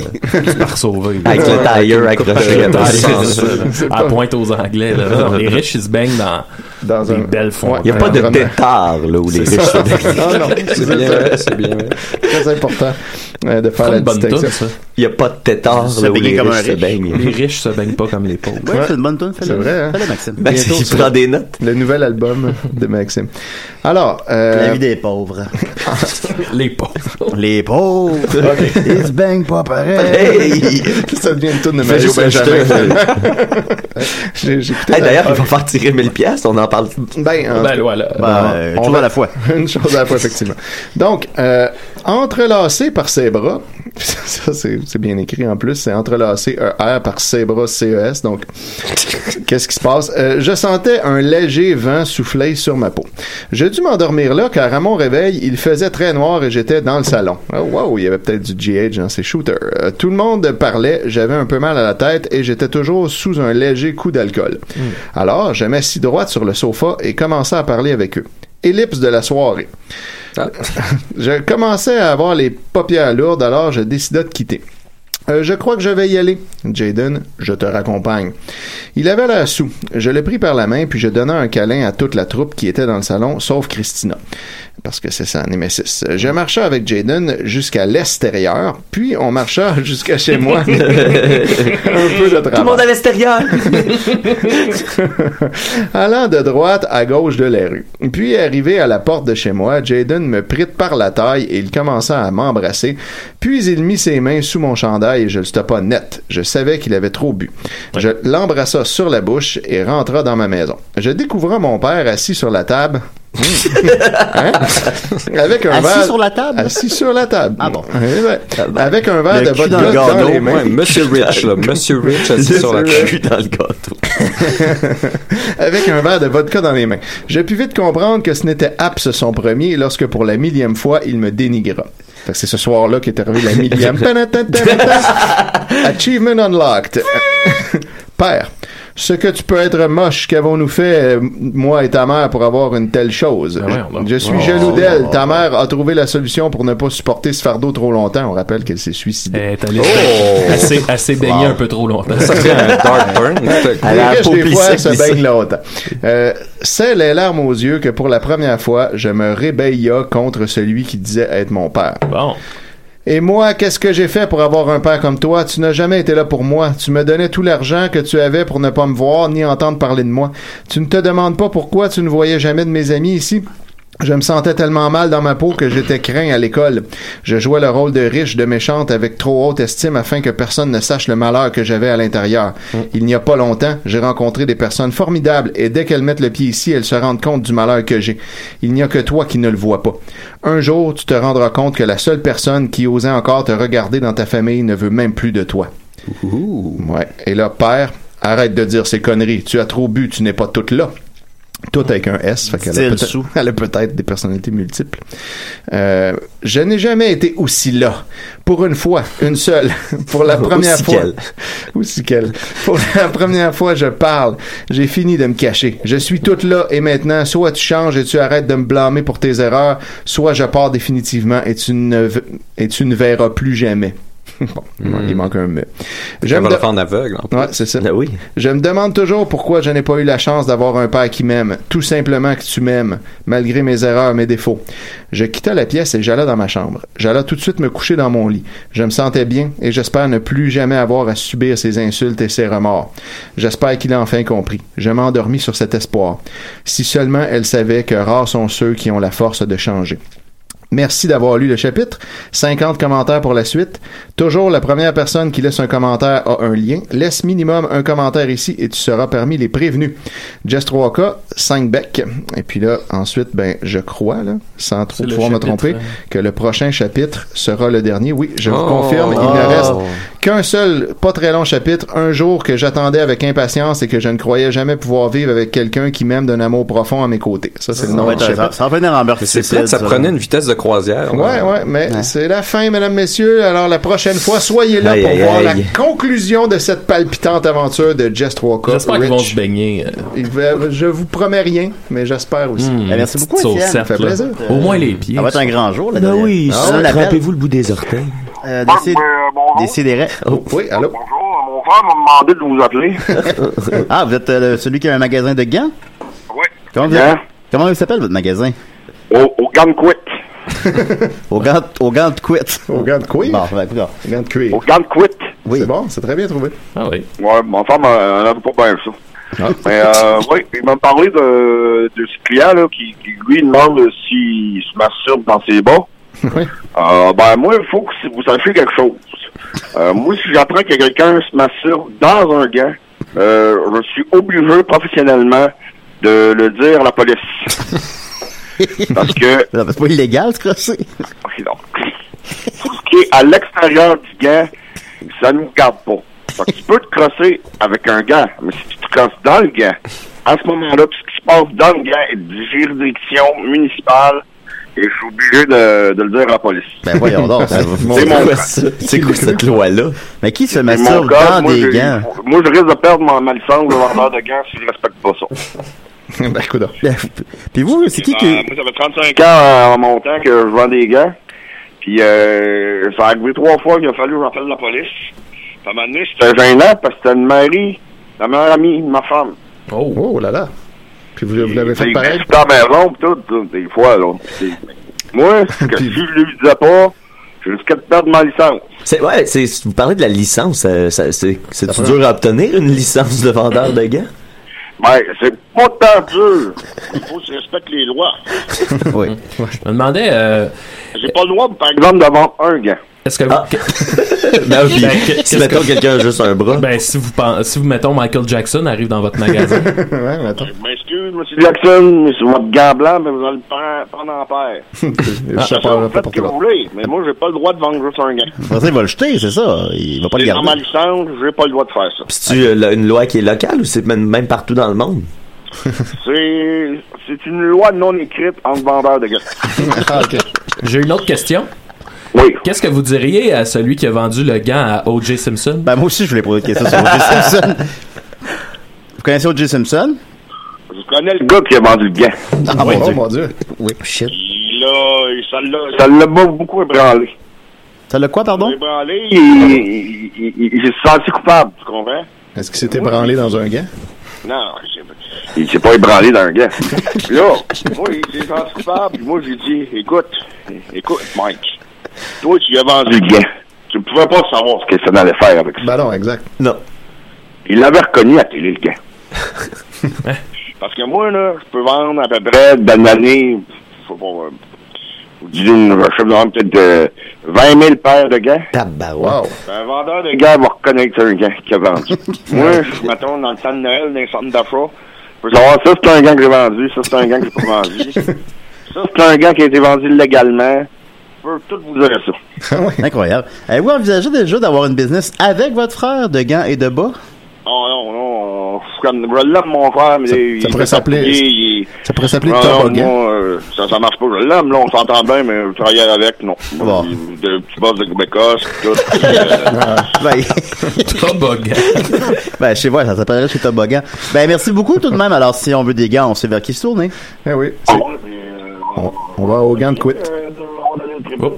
par sauver. là. Avec Ah, le tailleur accroché à Ouais, terre. c'est C'est ça. pas- À pointe aux Anglais. là. Non, les riches, ils se baignent dans Dans des un- belles fonds. Il n'y a pas de Vraiment. tétard là, où les riches se baignent. Non, non, c'est C'est bien ça. vrai, c'est bien vrai. très important euh, de faire C'est la une bonne distinction. toune, ça. Il n'y a pas de tétard Se là, où baigner les comme un riches se riche. baignent. Les riches se baignent pas comme les pauvres. Ouais, c'est une bonne tune, fais-le. C'est vrai, hein? Fais-le, Maxime. Ben, Bientôt, il ça. prend des notes. Le nouvel album de Maxime. Alors, La euh, vie des pauvres. Les pauvres. Les pauvres. Ils se baignent pas pareil. Hey! ça devient une tourne de Fais Mario juste Benjamin. euh, ajouter J'ai j'ai écouté Hey, la- D'ailleurs, ils vont faire tirer 1000 piastres, on en parle. Ben, en- Ben voilà. Ben, euh, on tout va- à la fois. une chose à la fois, effectivement. Donc, euh, entrelacé par ses bras, ça c'est c'est bien écrit en plus, c'est entrelacé un R par ses bras CES, donc qu'est-ce qui se passe? Euh, je sentais un léger vent souffler sur ma peau. Je dus m'endormir là car à mon réveil, il faisait très noir et j'étais dans le salon. Oh, wow, il y avait peut-être du GH dans ces shooters. Euh, tout le monde parlait, j'avais un peu mal à la tête et j'étais toujours sous un léger coup d'alcool. Alors, je m'assis droite sur le sofa et commençai à parler avec eux. Ellipse de la soirée. Ah. Je commençais à avoir les paupières lourdes, alors je décida de quitter. Euh, je crois que je vais y aller. Jaden, je te raccompagne. Il avait l'air sous. Je le pris par la main, puis je donnai un câlin à toute la troupe qui était dans le salon, sauf Christina. Parce que c'est ça, Nemesis. Je marchais avec Jaden jusqu'à l'extérieur, puis on marcha jusqu'à chez moi. un peu Tout de le monde travail. à l'extérieur! Allant de droite à gauche de la rue. Puis arrivé à la porte de chez moi, Jaden me prit par la taille et il commença à m'embrasser. Puis il mit ses mains sous mon chandail et je le stoppa net. Je savais qu'il avait trop bu. Je l'embrassa sur la bouche et rentra dans ma maison. Je découvra mon père assis sur la table. Hein? Avec un verre Assis sur la table. assis sur la table. Ah bon. Eh ouais. Avec un verre Le de cul vodka dans le dans, gâteau, les mains. Ouais, Monsieur Rich, là. Monsieur Rich assis sur la Le table. cul dans le gâteau. avec un verre de vodka dans les mains. J'ai pu vite comprendre que ce n'était Apps son premier lorsque pour la millième fois il me dénigra. Fait que c'est ce soir-là qu'est arrivé la millième. Tanatantanatan. Achievement unlocked. Père, ce que tu peux être moche, qu'avons-nous fait, euh, moi et ta mère, pour avoir une telle chose? Je suis Oh. jaloux d'elle. Ta mère a trouvé la solution pour ne pas supporter ce fardeau trop longtemps. On rappelle qu'elle s'est suicidée. Elle est allée Oh! assez, assez baignée un peu trop longtemps. Ça serait un dark burn. Ah, Elle a la peau Les riches, des fois, plissée, se plissée. baignent longtemps. Euh, c'est les larmes aux yeux que pour la première fois, je me réveilla contre celui qui disait être mon père. Bon. Et moi, qu'est-ce que j'ai fait pour avoir un père comme toi? Tu n'as jamais été là pour moi. Tu me donnais tout l'argent que tu avais pour ne pas me voir ni entendre parler de moi. Tu ne te demandes pas pourquoi tu ne voyais jamais de mes amis ici? Je me sentais tellement mal dans ma peau que j'étais craint à l'école. Je jouais le rôle de riche, de méchante avec trop haute estime afin que personne ne sache le malheur que j'avais à l'intérieur. Il n'y a pas longtemps, j'ai rencontré des personnes formidables et dès qu'elles mettent le pied ici, elles se rendent compte du malheur que j'ai. Il n'y a que toi qui ne le vois pas. Un jour, tu te rendras compte que la seule personne qui osait encore te regarder dans ta famille ne veut même plus de toi. Ouais. Et là, père, arrête de dire ces conneries. Tu as trop bu, tu n'es pas toute là. Tout avec un S, fait qu'elle a Style peut-être- sous. elle a peut-être des personnalités multiples. Euh, je n'ai jamais été aussi là. Pour une fois, une seule. Pour la première Aussi fois. qu'elle. Aussi qu'elle. Pour la première fois, je parle. J'ai fini de me cacher. Je suis toute là et maintenant, soit tu changes et tu arrêtes de me blâmer pour tes erreurs, soit je pars définitivement et tu ne, v- et tu ne verras plus jamais. Bon, il manque un mais. Je J'aime vais de- le faire en aveugle. en plus. Ouais, c'est ça. Ah Je me demande toujours pourquoi je n'ai pas eu la chance d'avoir un père qui m'aime. Tout simplement que tu m'aimes, malgré mes erreurs, mes défauts. Je quittai la pièce et j'allai dans ma chambre. J'allai tout de suite me coucher dans mon lit. Je me sentais bien et j'espère ne plus jamais avoir à subir ses insultes et ses remords. J'espère qu'il a enfin compris. Je m'endormis sur cet espoir. Si seulement elle savait que rares sont ceux qui ont la force de changer. Merci d'avoir lu le chapitre. 50 commentaires pour la suite. Toujours la première personne qui laisse un commentaire a un lien. Laisse minimum un commentaire ici et tu seras parmi les prévenus. Just 3K, 5 becs. Et puis là, ensuite, ben, je crois, là, sans trop le pouvoir me chapitre, tromper, hein. que le prochain chapitre sera le dernier. Oui, je vous Oh. confirme, il ne Oh. reste qu'un seul, pas très long chapitre, un jour que j'attendais avec impatience et que je ne croyais jamais pouvoir vivre avec quelqu'un qui m'aime d'un amour profond à mes côtés. Ça, c'est le Ça nom va du être- chapitre. ça- ça va venir en beurre Mais c'est plate, ça prenait une vitesse de croisière. Ouais, ouais, mais c'est la fin, mesdames, messieurs. Alors, la prochaine fois, soyez là Aïe, pour aïe, voir aïe. la conclusion de cette palpitante aventure de Jess 3 J'espère qu'ils vont se baigner. euh, Je vous promets rien, mais j'espère aussi. Eh, merci beaucoup, Petite sauce Étienne. Ça certes, fait là. plaisir. Au moins les pieds. Ça va être un grand jour, là. Ben oui, Ah, ça, on l'appelle. attrapez-vous le bout des orteils. Euh, décid- Ben, Décidérez. Oh. oui, allô? Bonjour, mon frère m'a demandé de vous appeler. ah, vous êtes euh, le- celui qui a un magasin de gants? Oui. Comment, vous- Gants. Comment il s'appelle, votre magasin? Hein? Au, au Gun Quick. Au gant, au gant de quit. Au gant de quit? Bon, ben, écoute, là. Au gant de cuir. Au Gun Quick. Oui. C'est bon, c'est très bien trouvé. Ah oui. Ouais, mon frère m'a- elle avait pas bien ça. Mais euh, oui, il m'a parlé de, de ce client là, qui, qui lui demande s'il se masturbe dans ses bas. Oui. Euh, ben moi, il faut que si- vous sachiez quelque chose. Euh, moi, si j'apprends que quelqu'un se masturbe dans un gant, euh, je suis obligé professionnellement de le dire à la police. Parce que Non, mais C'est pas illégal, ce crosser. non. Tout ce qui est à l'extérieur du gant, ça nous garde pas. Fait que tu peux te crosser avec un gant, mais si tu te crosses dans le gant, à ce moment-là, tout ce qui se passe dans le gant est de juridiction municipale et je suis obligé de, de le dire à la police. Ben voyons donc. ça va- C'est mon cas. C'est quoi cette loi-là? Mais qui se C'est mon masturbe cas. dans Moi, des j'ai- gants? moi, je risque de perdre mon- ma licence de vendeur de gants si je respecte pas ça. ben, coudonc. Puis vous, c'est qui Euh, qui... moi, ça fait 35 ans euh, en montant que je vends des gants. Puis euh, ça a arrivé trois fois qu'il a fallu que j'appelle la police. Puis à un moment donné, c'était gênant parce que c'était une mairie, la meilleure amie de ma femme. Oh. Oh là là. Puis vous, vous l'avez fait Des pareil? gants dans la maison, pis tout, tout, des fois, là. Puis, moi, que si je lui disais pas, je risquais de perdre ma licence. C'est, ouais, c'est, vous parlez de la licence. euh, ça- c'est, c'est-tu dur à obtenir une licence de vendeur de gants? Mais Ben, c'est pas tant dur. Il faut que je respecte les lois. Oui. Je me demandais, euh, J'ai pas le droit, par exemple, de vendre un gant. est-ce que vous. Ben oui. Ben, qu'est-ce si mettons que- quelqu'un a juste un bras. Ben, si vous, pen- si vous mettons Michael Jackson arrive dans votre magasin. Ouais, mais Hein, attends. Je m'excuse, M. Jackson, sur votre gant blanc, mais vous allez le prendre, prendre en paire. Ah, Je Ça, sais ça, pas, vous pas faites ce pour que tout vous voulez, mais moi, j'ai pas le droit de vendre juste un gant. Après ça, il va le jeter, c'est ça. Il va pas le J'ai dans ma garder. licence, j'ai pas le droit de faire ça. C'est-tu euh, la- une loi qui est locale ou c'est même, même partout dans le monde? C'est, c'est une loi non écrite entre vendeurs de gants. Ah, ok. J'ai une autre question. Oui. Qu'est-ce que vous diriez à celui qui a vendu le gant à O.J. Simpson? Ben moi aussi, je voulais poser une question sur O.J. Simpson. Vous connaissez O.J. Simpson? Je connais le gars qui a vendu le gant. Ah, Oh, mon Dieu. Oui, shit. Il a, il- ça l'a- ça l'a beau- beaucoup ébranlé. Ça l'a quoi, pardon? Ébranlé, il, il, il- il- il s'est senti coupable, tu comprends? Est-ce qu'il s'était branlé dans un gant? Non, il s'est- il s'est pas ébranlé dans le gars. Puis là, moi, il s'est senti coupable, puis moi, j'ai dit, écoute, écoute, Mike, toi, tu lui as vendu le gant. Tu ne pouvais pas savoir ce qu'il s'en allait faire avec ça. Ben non, exact. Non. Il l'avait reconnu à télé, le gars. Parce que moi, là, je peux vendre à peu près d'une année, je sais pas, euh, vous dites, une- je sais pas, peut-être de 20 000 paires de gants. Wow. Un vendeur de gants va reconnaître un gant qu'il a vendu. moi, je m'attends dans le temps de Noël, dans les centres d'achat, je peux savoir, ça c'est un gant que j'ai vendu, ça c'est un gant que j'ai pas vendu. Ça c'est un gant qui a été vendu légalement. Je peux tout vous dire ça. Incroyable. Avez-vous envisagé déjà d'avoir une business avec votre frère de gants et de bas? Oh non, non, je suis comme je l'aime mon frère, mais il ça pourrait est s'appeler- fatigué, il- ça pourrait s'appeler Non, Ah, non, toboggan. moi, euh, ça, ça marche pas, je l'aime, là, on s'entend bien, mais je travaille avec, non. Bon. De- Le petit boss de Québecos, tout. euh, Ben, Toboggan. ben, chez moi, ça s'appellerait chez Toboggan. Ben, merci beaucoup tout de même. Alors, si on veut des gants, on sait vers qui se tourner. Eh oui. c'est- On, on va au gant de quit. Euh,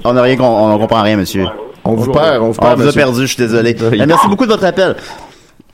On n'a rien, qu'on- on, on comprend rien, monsieur. On vous perd, on vous On perd, vous a monsieur. perdu, je suis désolé. Ben, merci beaucoup de votre appel.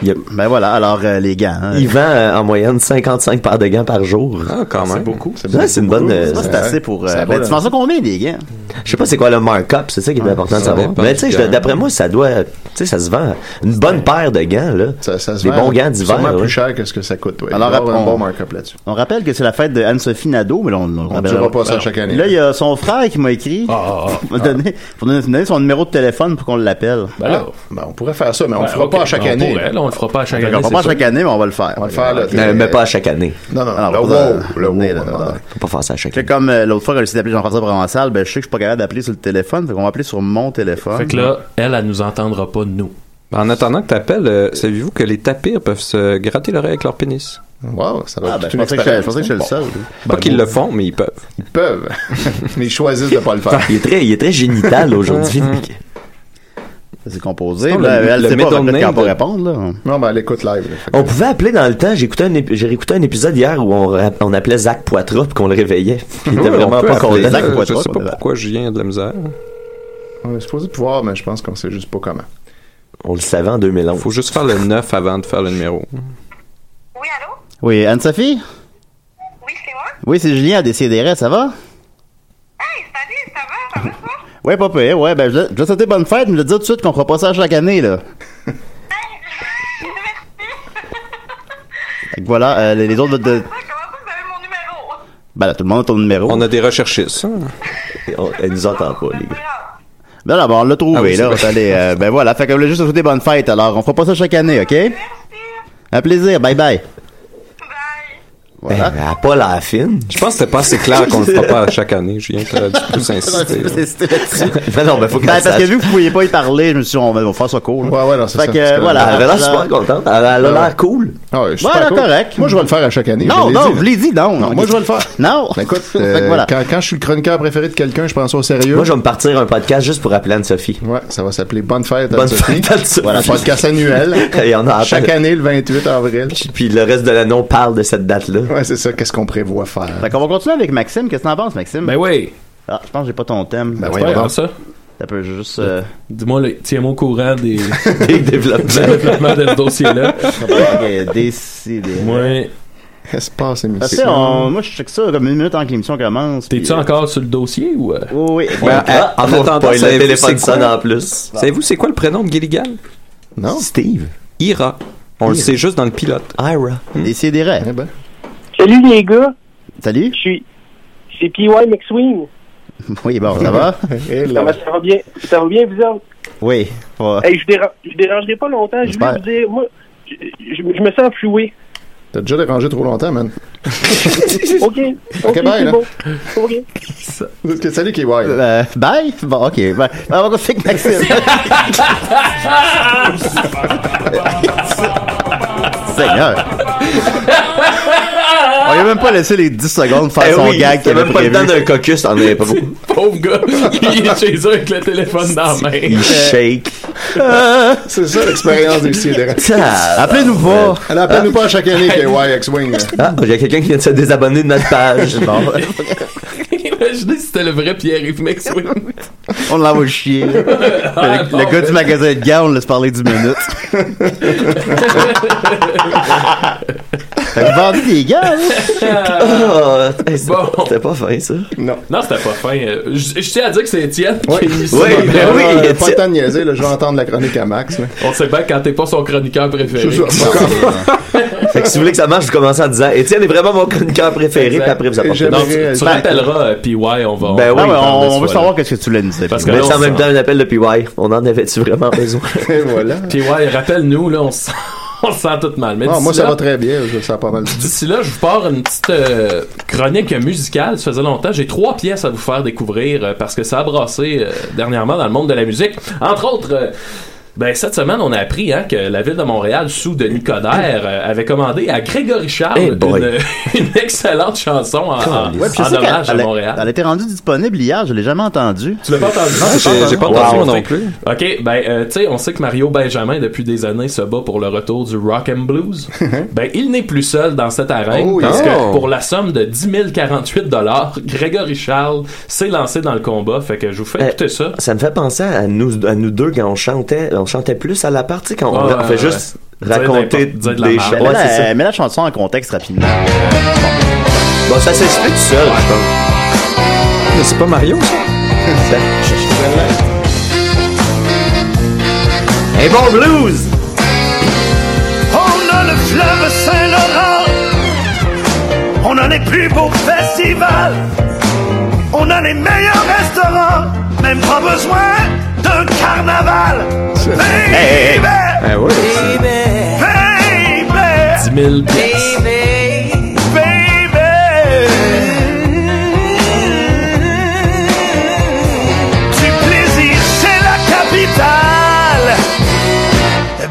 Yep. Ben voilà, alors euh, les gants. hein. Il vend euh, en moyenne 55 paires de gants par jour. Ah, quand même. beaucoup. C'est Ouais, c'est une bonne. euh, Ça, c'est euh, assez pour. euh, Ça ben, va, tu là. penses ça combien des gants je sais pas c'est quoi le markup, c'est ça qui est Ah, important de ça savoir. dépend Mais du tu sais, gant. je- d'après moi, ça doit. Tu sais, ça se vend. Une bonne paire de gants, là. Ça, ça se Des vend bons gants d'hiver. sûrement ouais. plus cher que ce que ça coûte. Ouais. Alors, Alors, avoir on- un bon markup là-dessus. On rappelle que c'est la fête de Anne-Sophie Nadeau, mais là, on ne On ne dira pas ça chaque année. Ah, Là, il y a son frère qui m'a écrit pour, me donner, pour me donner son numéro de téléphone pour qu'on l'appelle. Ben là, Ben, on pourrait faire ça, mais on ben, le fera ok, pas à chaque on année. pourrait, là, on le fera pas à chaque On année. ne pas Ben, c'est chaque année, mais on va le faire. On va le faire là. Euh, mais pas à chaque année. Non, non, non. Alors, Le faudra- wow, le wow. venez, là, non, non, là. non. Faut pas faire ça à chaque Que année. comme euh, l'autre fois, quand j'ai d'appeler Jean-François Provençal, ben, je sais que je suis pas capable d'appeler sur le téléphone, fait qu'on va appeler sur mon téléphone. ça. Fait que là, elle, elle nous entendra pas, nous. En attendant que t'appelles, euh, savez-vous que les tapirs peuvent se gratter l'oreille avec leur pénis? Wow, ça va ah, être ben, toute je une pensais que je je pensais que expérience. j'étais le seul. Pas qu'ils le font, mais ils peuvent. Ben, Ils peuvent, mais ils choisissent de pas le faire. Il est très, il est très génital aujourd'hui. C'est composé. Non, là, le- elle le sait pas, middle peut-être qu'elle va name pas de- répondre. Là. Non, ben, elle écoute live. là. Fait que- On pouvait appeler dans le temps. J'écoutais un, ép- j'ai réécouté un épisode hier où on, rap- on appelait Zach Poitras puis qu'on le réveillait. Il était Ouais, Oh, on vraiment peut pas appeler content. ça, Zach Je Poitras, sais on pas peut- pourquoi je viens de la misère. Oh. On est supposé pouvoir, mais je pense qu'on sait juste pas comment. On le savait en 2011. Faut juste faire le 9 avant de faire le numéro. Oui, allô? Oui, Anne-Sophie? Oui, c'est moi? Oui, c'est Julien à Décideret, ça va? Hey, salut, ça va? Ça va, toi? Ouais, pas pire, ouais. Ben, je voulais- je voulais souhaiter bonne fête, mais je voulais dire tout de suite qu'on fera pas ça chaque année, là. Fait que voilà, euh, les, les autres... De... Ça, comment ça, vous avez mon numéro? Ben là, tout le monde a ton numéro. On a des recherchistes. hein. Et on- elle nous entend pas, les gars. Ben là, ben, on l'a trouvé, Ah oui, là. c'est vrai. Allez, euh, ben voilà, fait que je voulais juste te souhaiter bonne fête, alors. On fera pas ça chaque année, OK? Un plaisir, bye-bye. Bye. Voilà. Ben, elle a pas la fine. Je pense que c'était pas assez clair qu'on le fera pas à chaque année. Je viens de plus insister. Ben non, ben faut Ben, qu'elle parce sache. que vu que vous pouviez pas y parler, je me suis dit, on va, on va faire ça court. là. Ouais, ouais, non, c'est Fait ça. que, C'est euh, voilà. Elle avait l'air Alors, super contente. Elle a elle a Ouais. l'air cool. Ah ouais, super Voilà, cool. correct. Moi, je vais le faire à chaque année. Non, je l'ai non, dit, je là. l'ai dit, non. Non, moi, je vais le faire. Non. Ben, écoute, Fait que euh, voilà. quand, quand je suis le chroniqueur préféré de quelqu'un, je prends ça au sérieux. Moi, je vais me partir un podcast juste pour appeler Anne-Sophie. Ouais, ça va s'appeler Bonne fête Bonne Anne-Sophie. fête, Anne-Sophie. Voilà, podcast annuel. Il y en a à Chaque peine. année, le 28 avril. Puis le reste de l'année, on parle de cette date-là. Ouais, c'est ça, qu'est-ce qu'on prévoit faire. Fait qu'on va continuer avec Maxime. Qu'est-ce que t'en penses, Maxime? Ben oui. Ah, je pense que j'ai pas ton thème. Ben C'est voyons pas grave, donc. ça. Ça peut juste. euh, Dis-moi, le- tiens-moi au courant des Des développements. développements de ce dossier-là. euh, décider. Moi, Espace Parce émission. que, on- moi, je check ça comme une minute avant que l'émission commence. puis, t'es-tu euh, encore sur le dossier ou. euh? Oui, oui. Ben, Ah, en on va attendant, pas, le savez-vous téléphone c'est quoi? sonne en plus. Savez-vous c'est quoi le prénom de Gilligan? Non? Steve. Ira. On le sait juste dans le pilote. Ira. Décider. Eh ben. Salut les gars, Salut. je suis. C'est PY McSween. Oui, bon, ça va? Eh là. Comment ça va bien? Ça va bien, vous autres? Oui. Ouais. Hey, je, déra- je dérangerai pas longtemps. Je J'espère. voulais vous dire, moi, je, je- je me sens floué. T'as déjà dérangé trop longtemps, man. OK. OK, bye, c'est là. bon. OK. Salut, KY. Ouais, Euh, bye? Bon, ok. Ben, on va continuer avec Maxime. Seigneur. On lui a même pas laissé les 10 secondes faire Eh son oui, gag qu'il t'as avait même pas le temps prévu. d'un caucus, t'en avais pas beaucoup. Pauvre gars, il est chez eux avec le téléphone dans la main. Il shake. C'est ça l'expérience des sidérés. Appelez-nous pas. Alors, appelez-nous pas à chaque année que ouais, X-Wing. Ah, il y a quelqu'un qui vient de se désabonner de notre page. Bon. Imaginez si c'était le vrai Pierre-Yves McSwing. On l'envoie chier. là. Ah, le bon, le gars ben. du magasin de gars, on le laisse parler 10 minutes. T'as vendu des gars, Eh Ah, hey, c'est- C'était pas fin, ça. Non. Non, c'était pas fin. Euh, Je je tiens à dire que c'est Étienne qui a mis ça. Oui, ben oui, Euh, pas le Étienne. temps de niaiser, là, je vais entendre la chronique à Max. là. On sait bien quand t'es pas son chroniqueur préféré. C'est ça, pas Fait que si vous voulez que ça marche, vous commencez en disant Étienne est vraiment mon chroniqueur préféré, Exact. puis après vous apportez Non, Non, tu, tu ben, rappelleras, euh, puis ouais, on va. on- Ben oui, Ah ouais, parle de on, on ce veut soir-là. savoir qu'est-ce que tu voulais nous dire. Parce que Mais là, c'est en on même sent- temps un appel de PY. On en avait-tu vraiment besoin? Et voilà. Puis ouais, rappelle-nous, là, on se sent, on se sent tout mal. Mais Non, d'ici moi, ça là- va très bien, je sens pas mal. D'ici là, je vous pars une petite euh, chronique musicale. Ça faisait longtemps. J'ai trois pièces à vous faire découvrir euh, parce que ça a brassé euh, dernièrement dans le monde de la musique. Entre autres, euh, ben, cette semaine, on a appris hein, que la ville de Montréal, sous Denis Coderre, euh, avait commandé à Grégory Charles Hey boy. une, une excellente chanson en, en- Eh Ouais, puis je en sais hommage à qu'elle- Montréal. Elle, elle était rendue disponible hier, je l'ai jamais entendue. Tu l'as pas entendu? Non, j'ai j'ai pas entendu moi non plus. OK, ben, euh, tu sais, on sait que Mario Benjamin, depuis des années, se bat pour le retour du rock and blues. ben, il n'est plus seul dans cette arène Oh, parce yeah. que pour la somme de 10 048 Grégory Charles s'est lancé dans le combat. Fait que je vous fais Eh, écouter ça. Ça me fait penser à nous, à nous deux quand on chantait, on chantait plus à la partie quand on, Ah, on fait ouais, juste ouais. raconter Dire de la- dire de la des merde. choses. Mets, Ouais, c'est la, ça. mets la chanson en contexte rapidement. Bon, ça s'explique tout seul, je pense. Mais c'est pas Mario, ça? Ça- je- je- Un bon blues! On a le fleuve Saint-Laurent. On a les plus beaux festivals. On a les meilleurs restaurants. Même pas besoin d'un carnaval. Baby, Eh oui. 10 000 pièces. baby, Du plaisir, c'est la capitale.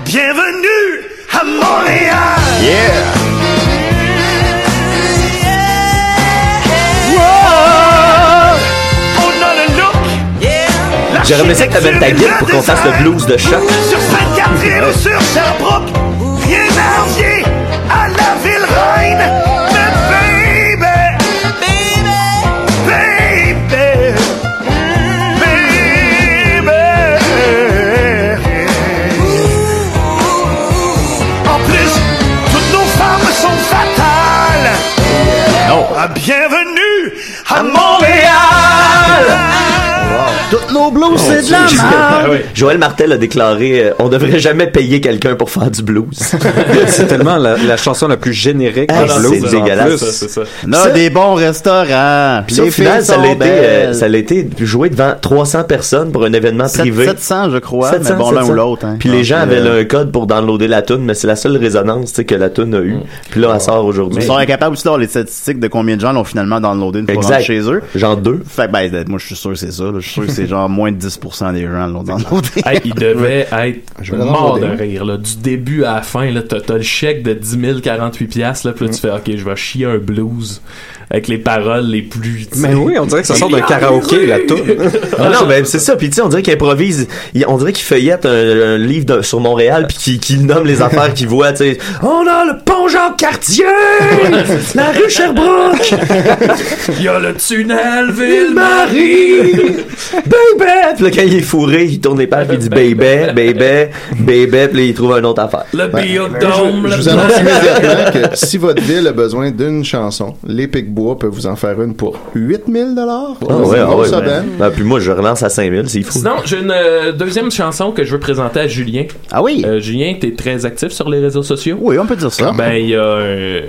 Bienvenue à Montréal. On a le look. J'aurais aimé ça que t'avais ta guide pour qu'on fasse le blues de choc. Sur Sainte-Catherine ou sur Sherbrooke, rien à envier à la ville reine. Mais baby, baby, baby. En plus, toutes nos femmes sont fatales. Ah, Bienvenue à Montréal. Toutes nos blues, c'est de la merde! Ah Joël Martel a déclaré euh, On devrait jamais payer quelqu'un pour faire du blues. C'est tellement la, la chanson la plus générique Ah, de c'est blues. en dégueulasse, plus. Ça, c'est ça. On a Ça- des bons restaurants. Puis ça, au final, ça l'a été, euh, ça l'a été joué devant 300 personnes pour un événement privé. 700, je crois, 700, mais bon, l'un 700. ou l'autre. hein. Puis les Donc, gens euh, avaient là, un code pour downloader la toune, mais c'est la seule résonance tu sais, que la toune a eue. Puis là, elle sort Mm. Ils aujourd'hui. sont incapables aussi d'avoir les statistiques de combien de gens l'ont finalement downloadé une fois rentrés Exact. chez eux. Genre deux. Fait que, ben, moi, je suis sûr que c'est ça. là. Je suis sûr que c'est genre moins de 10% des gens l'ont downloadé. Hey, il devait être vais le mort de demander. rire. Là. Du début à la fin, là, t'as, t'as le chèque de 10 048 piastres, là, puis là, Mm. tu fais OK, je vais chier un blues avec les paroles les plus. tu sais. Mais oui, on dirait que ça sort d'un karaoké, la toune. Ah non, mais c'est ça. Puis tu sais, on dirait qu'il improvise. Il- on dirait qu'il feuillette un, un livre de- sur Montréal puis qu'il qu'il nomme les affaires qu'il voit. Tu sais, on a le pont Jean Cartier, la rue Sherbrooke, Il y a le tunnel Ville-Marie. Marie, baby. Puis là, quand il est fourré, il tourne les pages puis il dit baby, baby, baby. Puis là, il trouve une autre affaire. Le biodôme, Je, je le vous annonce immédiatement que si votre ville a besoin d'une chanson, l'Épic Bois peut vous en faire une pour 8000 dollars. Ah ouais, ah ouais, ben. Ah, puis moi, je relance à 5000, c'est fou. Sinon, j'ai une euh, deuxième chanson que je veux présenter à Julien. Ah oui? Euh, Julien, t'es très actif sur les réseaux sociaux. Oui, on peut dire Hein? ça. Ben, il y a un... euh,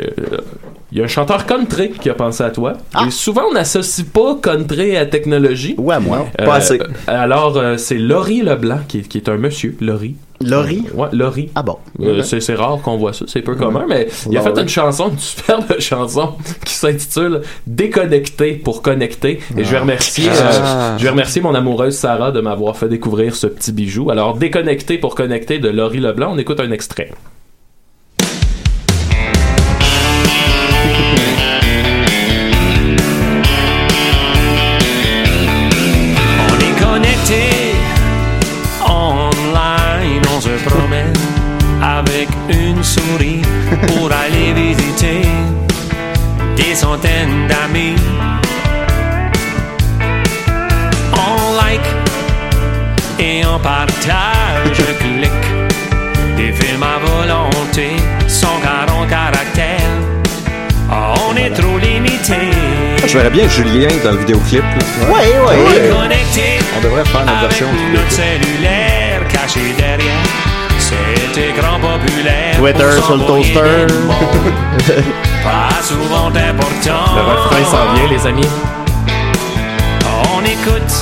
Il y a un chanteur country qui a pensé à toi. Ah. Et souvent, on n'associe pas country à technologie. Ou à Ah, moi. Pas assez. Alors, euh, c'est Laurie Leblanc, qui, est- qui est un monsieur, Laurie. Laurie? Ouais, Laurie. Ah bon. Euh, c'est, c'est rare qu'on voit ça, c'est peu commun, mais il a fait une chanson, une superbe chanson qui s'intitule Déconnecté pour connecter. Ah. Et je vais remercier, euh, je vais remercier mon amoureuse Sarah de m'avoir fait découvrir ce petit bijou. Alors, Déconnecté pour connecter de Laurie Leblanc, on écoute un extrait. pour aller visiter des centaines d'amis. On like et on partage, clique des films à volonté, sans garant caractère. Ah, on est trop limité. Je verrais bien Julien dans le vidéoclip. là. Ouais, ouais. Ouais, connecté. On devrait faire notre version. Notre cellulaire caché derrière, c'était grand populaire. Twitter On sur le s'envoyait toaster. des mots. Pas souvent important. Le Ah. refrain s'en vient, les amis. On écoute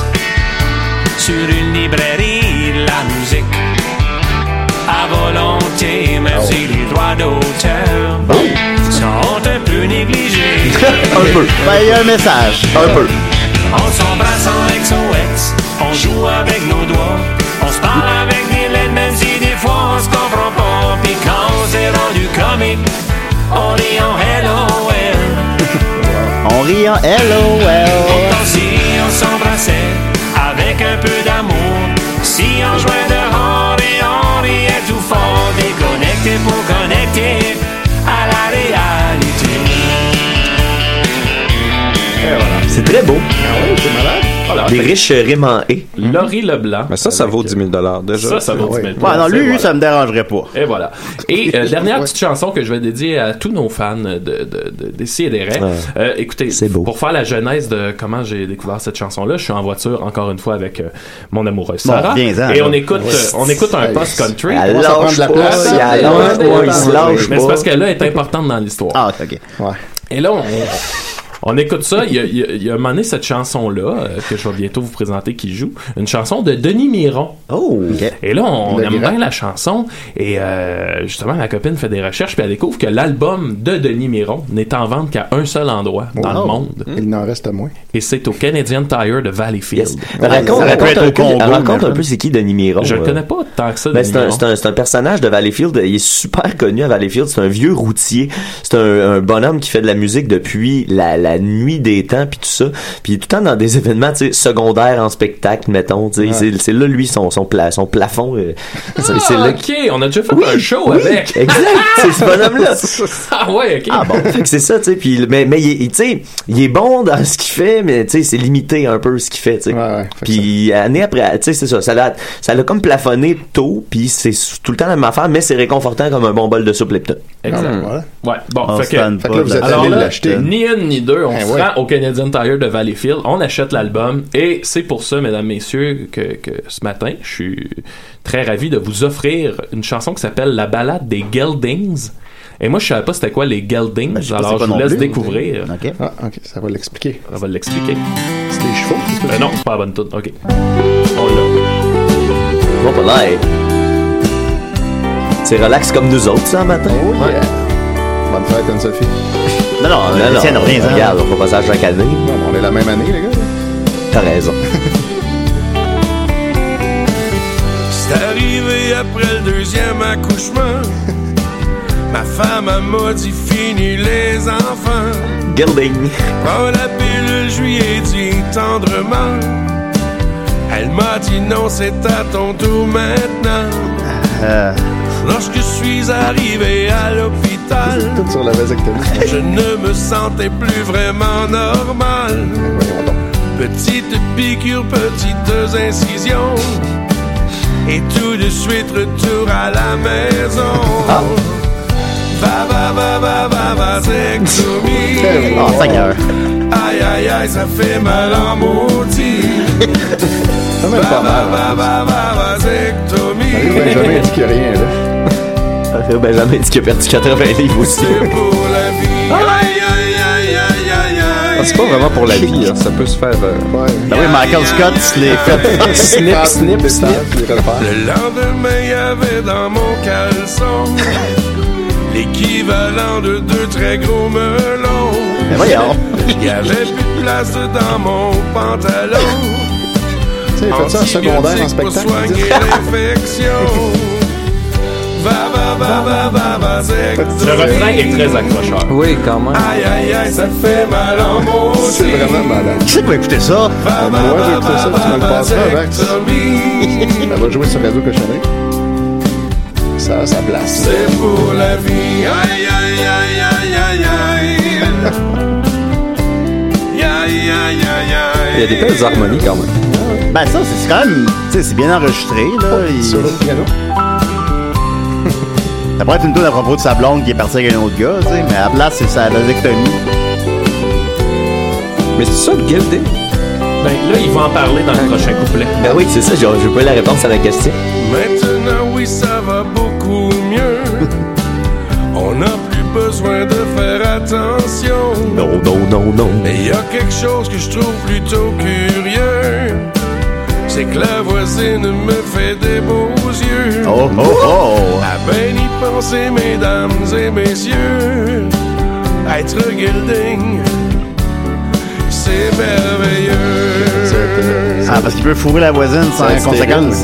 sur une librairie la musique à volonté, même si Oh. les droits d'auteur sont un peu négligés. un peu. Ben, il y a un message. Un peu. On s'embrasse en ex, on joue avec nos doigts, on se parle avec des lettres, même si des fois on se comprend pas. Puis quand on s'est rendu comique, on dit en hello, well. On rit en LOL. Pourtant, si on s'embrassait avec un peu d'amour, si on jouait dehors et on riait tout fort, déconnecté pour connecter à la réalité. C'est très beau. Ah c'est malade. Des riches euh, rimes en E. et. Laurie Leblanc. Ah Mais ça, ça vaut 10 000 déjà. Ça, ça vaut 10 000 Ouais, non, lui, Et lui, voilà. ça me dérangerait pas. Et voilà. Et euh, dernière petite chanson que je vais dédier à tous nos fans de, de, de- des CDR. Ouais. Euh, écoutez, pour faire la genèse de comment j'ai découvert cette chanson-là, je suis en voiture encore une fois avec euh, mon amoureuse Bon, Sarah. viens-en, et on là. écoute, Ouais. euh, on écoute un Ouais. post-country. Elle lâche pas, prendre il la Ouais, lâche ouais, pas, ouais, il se ouais. lâche Mais c'est pas. parce qu'elle est importante dans l'histoire. Ah, ok. Ouais. Et là, on, on écoute ça. Il y a, il y a- il y a un moment donné, cette chanson-là, euh, que je vais bientôt vous présenter, qui joue, une chanson de Denis Miron. Oh! Et là, on Le aime grand. bien la chanson. Et euh, justement, ma copine fait des recherches, puis elle découvre que l'album de Denis Miron n'est en vente qu'à un seul endroit dans le monde. Hmm? Il n'en reste moins. Et c'est au Canadian Tire de Valleyfield. Raconte, raconte, un, peu- raconte un peu c'est qui Denis Miron. Je le euh. connais pas tant que ça, Ben, Denis c'est un, Miron. c'est un- c'est un personnage de Valleyfield. Il est super connu à Valleyfield. C'est un vieux routier. C'est un, un bonhomme qui fait de la musique depuis la, la nuit des temps puis tout ça. Puis il est tout le temps dans des événements tu sais, secondaires en spectacle, mettons. tu sais. Ouais. C'est- C'est là lui son son, pla- son plafond. euh, c'est- c'est Ah, là ok, on a déjà fait un show oui, avec. exact, c'est ce bonhomme-là. ah ouais, ok. Ah bon, fait que c'est ça, tu sais. Puis, mais mais il, est- il- tu sais, il est bon dans ce qu'il fait, mais tu sais, c'est limité un peu ce qu'il fait, tu sais. puis année après, tu sais, c'est ça. Ça l'a, ça l'a comme plafonné tôt, puis c'est sou- tout le temps la même affaire, mais c'est réconfortant comme un bon bol de soupe Lipton. Exact. Ouais, bon, On fait, se tanne que, Fait que là, pas vous de êtes la- allé Alors là, l'acheter. Ni une ni deux, on Eh se ouais. rend au Canadian Tire de Valleyfield, on achète l'album et c'est pour ça, mesdames, messieurs, que, que ce matin, je suis très ravi de vous offrir une chanson qui s'appelle La balade des Geldings. Et moi, je savais pas c'était quoi les Geldings, Ben, sais pas c'est alors quoi je vous non laisse plus. découvrir. Ah, ok, ça va l'expliquer. On va l'expliquer. C'est des chevaux? Ben non, c'est pas la bonne tune. Ok. On l'a. Bon, pas l'air. C'est relax comme nous autres, ça, un matin. Ouais. Oh, Bonne fête, Anne-Sophie. Non, non, Ah, euh, non, Étienne, reviens-en. regarde, on va passer à Jacques Année. On est la même année, les gars. T'as raison. C'est arrivé après le deuxième accouchement. Ma femme a maudit fini les enfants. Gelding. Prends la pilule, je lui ai dit tendrement. Elle m'a dit non, c'est à ton tour maintenant. Lorsque je suis arrivé à l'hôpital, Sur la vasectomie. je ne me sentais plus vraiment normal. Petite piqûre, petites incisions. Et tout de suite retour à la maison. Va, va, va, va, va, vasectomie. Oh, Seigneur. Aïe, aïe, aïe, ça fait mal en maudit. va, va, va, va, va, vasectomie. Benjamin dit qu'il y a rien, là. Benjamin dit qu'il a perdu 80 livres aussi. Pour la vie. Aïe, aïe, aïe, aïe, aïe, aïe. Ah, C'est pas vraiment pour la vie, hein, ça peut se faire. euh, Ben oui, Michael Scott, se l'est fait. Snip, snip, snip. Le lendemain, il y avait dans mon caleçon l'équivalent de deux très gros melons. Mais Ben voyons. Il y avait plus de place dans mon pantalon. Tu sais, il fait ça en secondaire en Antibiotiques pour spectacle. soigner l'infection. Va, va, va, va, va, va, Le refrain est très accrocheur. Oui, quand même. Aïe, aïe, aïe, ça fait mal en maudit. C'est vraiment malade. Qui c'est qui va écouter ça? moi, je vais écouter ben, ça, tu me le passeras, Max. Ça va jouer sur Radio Cochonnet. Ça a sa place. C'est pour la vie. Aïe, y a des belles harmonies quand même. Ben ça, c'est quand même... Tu sais, c'est bien enregistré, là. Oh, il- ça pourrait être une toune à propos de sa blonde qui est partie avec un autre gars, tu sais, mais à la place, c'est sa vasectomie. Mais c'est ça, le guildé? Ben là, il va en parler dans le prochain couplet. Ben oui, c'est ça, j'ai j'ai pas eu la réponse à ma question. Maintenant, oui, ça va beaucoup mieux. On n'a plus besoin de faire attention. Non, non, non, non. Mais il y a quelque chose que je trouve plutôt curieux. C'est que la voisine me fait des beaux yeux. Oh, oh, oh. À peine y penser, mesdames et messieurs. Être guilding, c'est merveilleux. Ah, parce qu'il peut fourrer la voisine sans conséquence.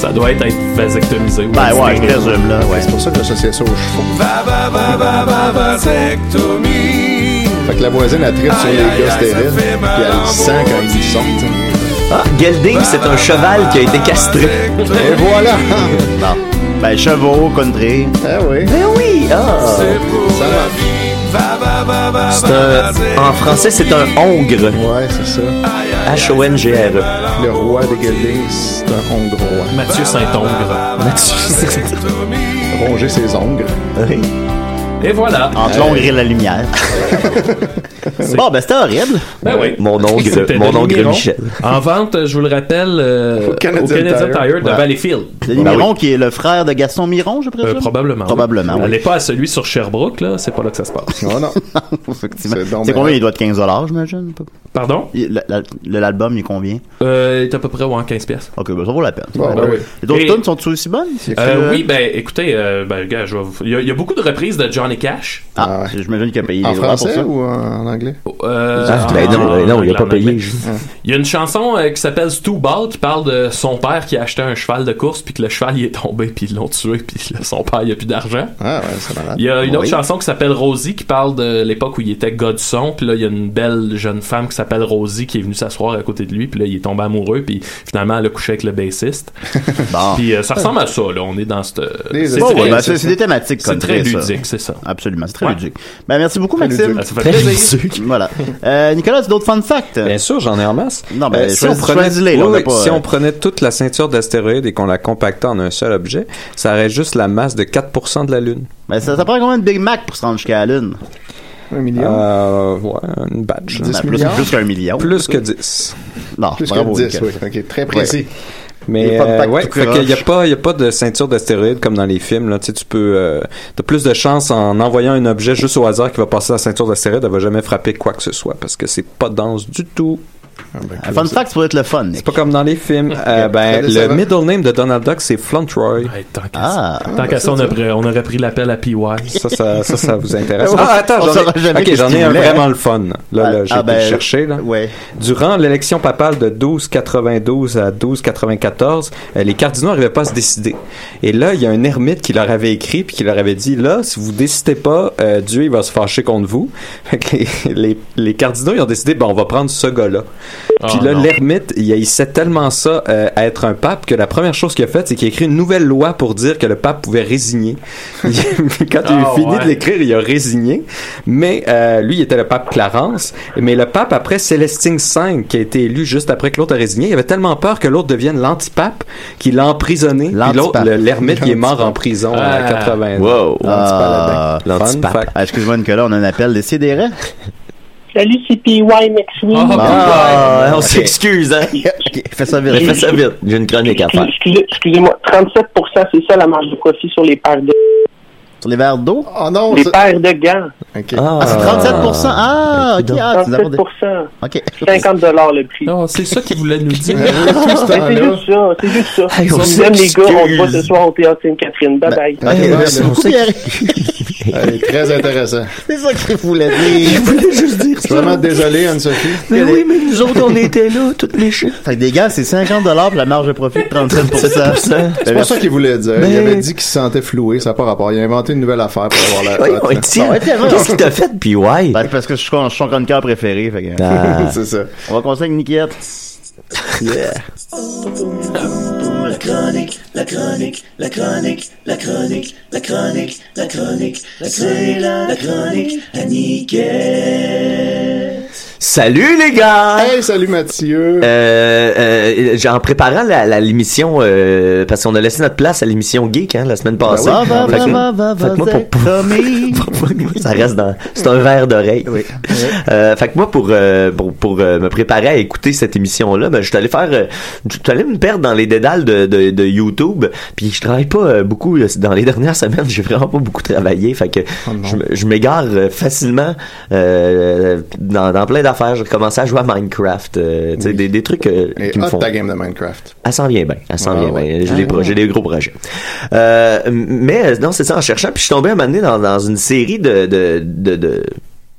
Ça doit être, être vasectomisé. ou Ben ouais, je vasectomisé. présume, là, ouais. C'est pour ça que j'associais ça aux chevaux. Va, va, va, va, va, vasectomie. Fait que la voisine, elle tripe sur les gars stériles, puis elle le hein. sent quand ils sortent. Ah, Gelding, c'est un cheval qui a été castré. Et voilà! Non. Ben, chevaux, country. Ah oui. Ben oui! Ah! Ça marche. C'est un- En français, c'est un hongre. Ouais, c'est ça. H-O-N-G-R-E. Le roi des Geldings, c'est un hongrois. Mathieu Saint-Ongre. Mathieu Ronger ses ongles. Et voilà. Euh, Entre l'ombre et la lumière. bon, ben, c'était horrible. Ben oui. Mon C'était ongre, mon de ongre Lumiron. Michel. En vente, euh, je vous le rappelle, euh, au Canadian, Tire, de Ouais. Valleyfield. C'est Miron qui est le frère de Gaston Miron, je présume? Euh, probablement. Probablement, oui. Allez pas à celui sur Sherbrooke, là, c'est pas là que ça se passe. Oh non. Effectivement. C'est combien il doit être 15 j'imagine? Pardon? L'album, il convient? Euh, il est à peu près ouais, en 15 pièces. Ok, ben ça vaut la peine. Ouais, Ouais. ouais. Les autres Et- tunes sont-tu aussi bonnes? Euh, oui, ben écoutez, euh, ben, gars, je vais vous... il, y a, il y a beaucoup de reprises de Johnny Cash. Ah, j'imagine qu'il a payé En les droits pour français ça. ou en anglais? Euh, Ah, ben en- non, ben non, il a en pas anglais. payé. je- Il y a une chanson euh, qui s'appelle Stu Ball qui parle de son père qui a acheté un cheval de course puis que le cheval il est tombé puis ils l'ont tué puis là, son père il a plus d'argent. Ah ouais, c'est malade. Il y a une autre Oui. chanson qui s'appelle Rosie qui parle de l'époque où il était Godson, puis là il y a une belle jeune femme qui s'appelle Rosie qui est venue s'asseoir à côté de lui, puis là il est tombé amoureux, puis finalement elle a couché avec le bassiste. Puis euh, ça ressemble à ça, là, on est dans cette... Des- c'est Bon, très- ouais, ben, c'est- c'est des thématiques C'est très country, ça. ludique, c'est ça. Absolument, c'est très Ouais. ludique. Ben, merci beaucoup, Très Maxime. ludique. Ça fait Très plaisir. Voilà. Euh, Nicolas, tu as d'autres fun facts? Bien sûr, j'en ai en masse. Non, ben, Euh, si, on choisis- prenait, choisis-les, là, oui, on a oui, pas, si euh, on prenait toute la ceinture d'astéroïdes et qu'on la compactait en un seul objet, ça aurait juste la masse de 4% de la Lune. Ben, ça, ça prend combien de Big Mac pour se rendre jusqu'à la Lune? Un million? Euh, ouais, une badge. Ben, plus plus qu'un million. Plus que 10. Non, Plus bravo, que 10, Nicolas. oui. Ok, très précis. Il y Mais a pas de euh, pacte ouais, tout fait qu'il y a croche. pas, il y a pas de ceinture d'astéroïdes comme dans les films. Là, tu sais, tu peux, euh, t'as plus de chance en envoyant un objet juste au hasard qui va passer la ceinture d'astéroïdes, elle va jamais frapper quoi que ce soit parce que c'est pas dense du tout. Un fun fact, ça pourrait être le fun. Nick. C'est pas comme dans les films. Euh, ben, Très décevant. le middle name de Donald Duck, c'est Fauntleroy. Ah. Tant ben, qu'à ça, on, aurait- on aurait pris l'appel à PY. Ça, ça, ça, ça vous intéresse. Ouais. Ah, attends, On j'en ai, saura jamais ok, qu'est-ce j'en ai qu'il un voulait, vraiment hein. le fun. Là, là, Ah, j'ai ah, été le ben, chercher. Là. ouais. Durant l'élection papale de 1292 à 1294, euh, les cardinaux n'arrivaient pas à se décider. Et là, il y a un ermite qui leur avait écrit puis qui leur avait dit là, si vous décidez pas, euh, Dieu il va se fâcher contre vous. Fait que les, les- les cardinaux ils ont décidé ben on va prendre ce gars-là. Puis Ah, là, non. l'ermite, il haïssait tellement ça euh, à être un pape que la première chose qu'il a faite, c'est qu'il a écrit une nouvelle loi pour dire que le pape pouvait résigner. Puis quand il a Ah, fini ouais. de l'écrire, il a résigné. Mais euh, lui, il était le pape Clarence. Mais le pape, après Célestine V, qui a été élu juste après que l'autre a résigné, il avait tellement peur que l'autre devienne l'antipape qu'il l'a emprisonné. Puis l'autre, L'antipape. le- l'ermite, il est mort en prison à Ah. 80 ans. Wow. Ah, L'antipape. là-dedans. Fun fact. Ah, Excuse-moi, Nicolas, on a un appel. Décidérez. Salut, c'est PY McSween. Ah, Bon, Ah, ouais, on ok. s'excuse, hein. Fais ça vite. Fais ça vite. J'ai une chronique à faire. Excusez- Excusez-moi, 37%, c'est ça la marge de profit sur les paires de... Sur les verres d'eau? Ah non, Les paires de gants. Ah, c'est 37 Ah, ok. Ah, tu nous apportes des- 37%. Ok. 50 dollars le prix. Non, c'est ça qu'il voulait nous dire. Mais Ah, ben c'est juste ça, c'est juste ça. Hey, on Si on aime les gars, on se voit ce s'excuse. soir au théâtre Sainte-Catherine. Bye bye. Ok, Ok, ouais, merci mais- beaucoup, Pierre. Elle est très intéressant. C'est ça que je voulais dire. Je voulais juste dire Je suis vraiment désolé, Anne-Sophie. Mais oui, mais nous autres, on était là, toutes méchants. Fait que des gars, c'est 50 pour la marge de profit de 37 Ben, C'est pas merci. ça qu'il voulait dire. Ben- Il avait dit qu'il se sentait floué, ça n'a pas rapport. Il a inventé une nouvelle affaire pour avoir la. Oui, on tient. Qu'est-ce qu'il t'a fait, puis ouais? Ben, parce que je suis son- son chroniqueur préféré, fait que... Ah. C'est ça. On va commencer avec Nikiette. Yeah. La chronique, la chronique, la chronique, la chronique, la chronique, la chronique, c'est la chronique à Niquette. Salut les gars! Hey, salut Mathieu! Euh, euh, j'ai- en préparant la, la- l'émission, euh, parce qu'on a laissé notre place à l'émission geek hein, la semaine passée. Ben oui. Ben Va, va, Fait que- va, va, va, fait que moi, pour- pour- ça reste dans. C'est un verre d'oreille. Euh, fait que moi, pour, euh, pour, pour, euh, me préparer à écouter cette émission-là, ben, je suis allé faire. euh, je suis allé me perdre dans les dédales de, de, de YouTube. Puis je travaille pas euh, beaucoup. là. Dans les dernières semaines, j'ai vraiment pas beaucoup travaillé. Fait que Oh je me- je m'égare euh, facilement euh, dans, dans plein d'affaires. J'ai commencé à jouer à Minecraft. euh, tu sais, des, des trucs euh, qui me Hot font. ta game de Minecraft. Elle s'en vient bien. Elle s'en Ah vient ouais. bien. J'ai des, Ah pro- ouais. j'ai des gros projets. Euh, m- mais euh, non, c'est ça en cherchant. Puis je suis tombé un moment donné dans, dans une série de, de, de, de,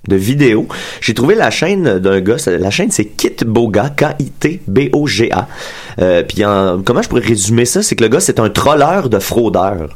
de vidéos. J'ai trouvé la chaîne d'un gars. c'est- La chaîne, c'est Kit Boga. K-I-T-B-O-G-A. Euh, puis en- comment je pourrais résumer ça? C'est que le gars, c'est un trolleur de fraudeurs.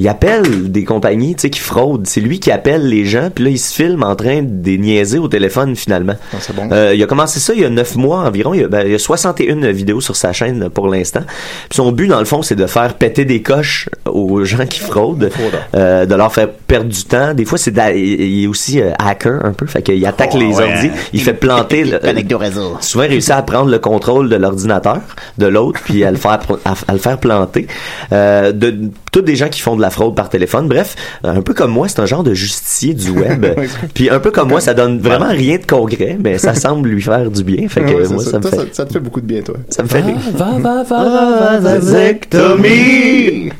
Il appelle des compagnies, tu sais, qui fraudent. C'est lui qui appelle les gens, puis là, il se filme en train de les niaiser au téléphone, finalement. Ah, Euh, il a commencé ça il y a neuf mois environ. Il y a, ben, il y a 61 vidéos sur sa chaîne pour l'instant. Puis son but, dans le fond, c'est de faire péter des coches aux gens qui fraudent, euh, de leur faire perdre du temps. Des fois, c'est d'a- il il est aussi euh, hacker un peu, fait qu'il attaque Oh, les ouais. ordi, il fait planter... le- Connecte au réseau. souvent réussi à prendre le contrôle de l'ordinateur de l'autre puis à le faire pro- à, à le faire planter Euh, de tous des gens qui font de la fraude par téléphone bref un peu comme moi c'est un genre de justicier du web puis un peu comme moi ça donne vraiment rien de concret mais ça semble lui faire du bien fait que Ah Ouais, c'est moi ça, me Toi, fait ça Ah, te fait beaucoup de bien, toi. ça me fait rire. euh, Va, va, va, va, va, vasectomie.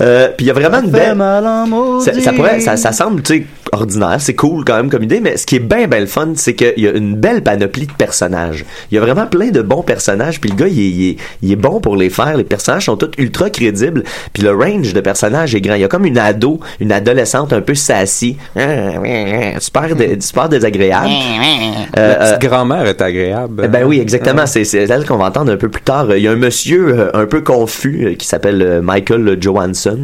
Euh, puis il y a vraiment une belle mal en ça, maudit. ça, pourrait- ça- ça semble, tu sais, ordinaire, c'est cool quand même comme idée, mais ce qui est bien, bien le fun, c'est qu'il y a une belle panoplie de personnages. Il y a vraiment plein de bons personnages, puis le gars, il est, il est- il est bon pour les faire. Les personnages sont tous ultra crédibles, puis le range de personnages est grand. Il y a comme une ado, une adolescente un peu sassy, super, dé- super désagréable. La Euh, euh, petite grand-mère est agréable. ben oui, exactement. C'est c'est elle qu'on va entendre un peu plus tard. Il y a un monsieur euh, un peu confus euh, qui s'appelle euh, Michael Johansson,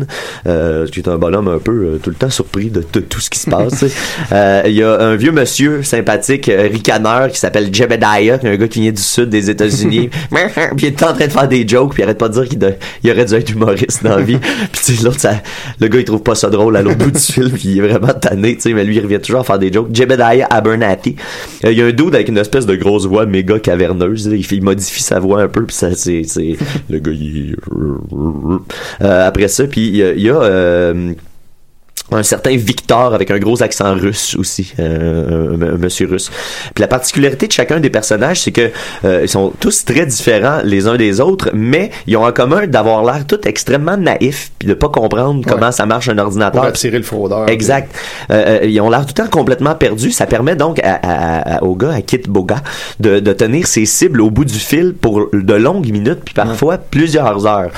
euh, qui est un bonhomme un peu euh, tout le temps surpris de t- tout ce qui se passe. tu sais. Euh, Il y a un vieux monsieur sympathique, euh, ricaneur, qui s'appelle Jebediah, qui est un gars qui vient du sud des États-Unis. puis il est en train de faire des jokes, puis il arrête pas de dire qu'il de- il aurait dû être humoriste dans la vie. puis tu sais, l'autre, ça- le gars, il trouve pas ça drôle à l'autre bout du film, puis il est vraiment tanné, tu sais, mais lui, il revient toujours à faire des jokes. Jebediah Abernathy. Euh, Il y a un dude avec une espèce de grosse voix méga caverneuse. là. Il, fait- il modifie sa voix un peu, puis ça, c'est, c'est- le gars, il... Euh, après ça, puis il y a... il y a, euh, un certain Victor avec un gros accent russe aussi, euh, un- un monsieur russe. Puis la particularité de chacun des personnages, c'est que euh, ils sont tous très différents les uns des autres, mais ils ont en commun d'avoir l'air tout extrêmement naïfs puis de pas comprendre comment ça marche un ordinateur. Pour attirer le fraudeur. Exact. Euh, euh, ils ont l'air tout le temps complètement perdus. Ça permet donc à, à- à- au gars, à Kit Boga, de, de tenir ses cibles au bout du fil pour de longues minutes, puis parfois plusieurs heures.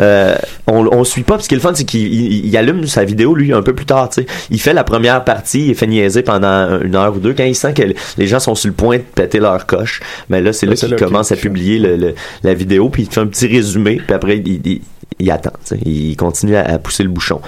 Euh, on, on suit pas, parce que le fun, c'est qu'il il- il allume sa vidéo, lui, un peu plus tard. tu sais. Il fait la première partie, il fait niaiser pendant une heure ou deux. Quand il sent que les gens sont sur le point de péter leur coche, mais là, c'est là qu'il commence à publier le- le- la vidéo, puis il fait un petit résumé, puis après, il, il- il attend. tu sais. Il continue à, à pousser le bouchon.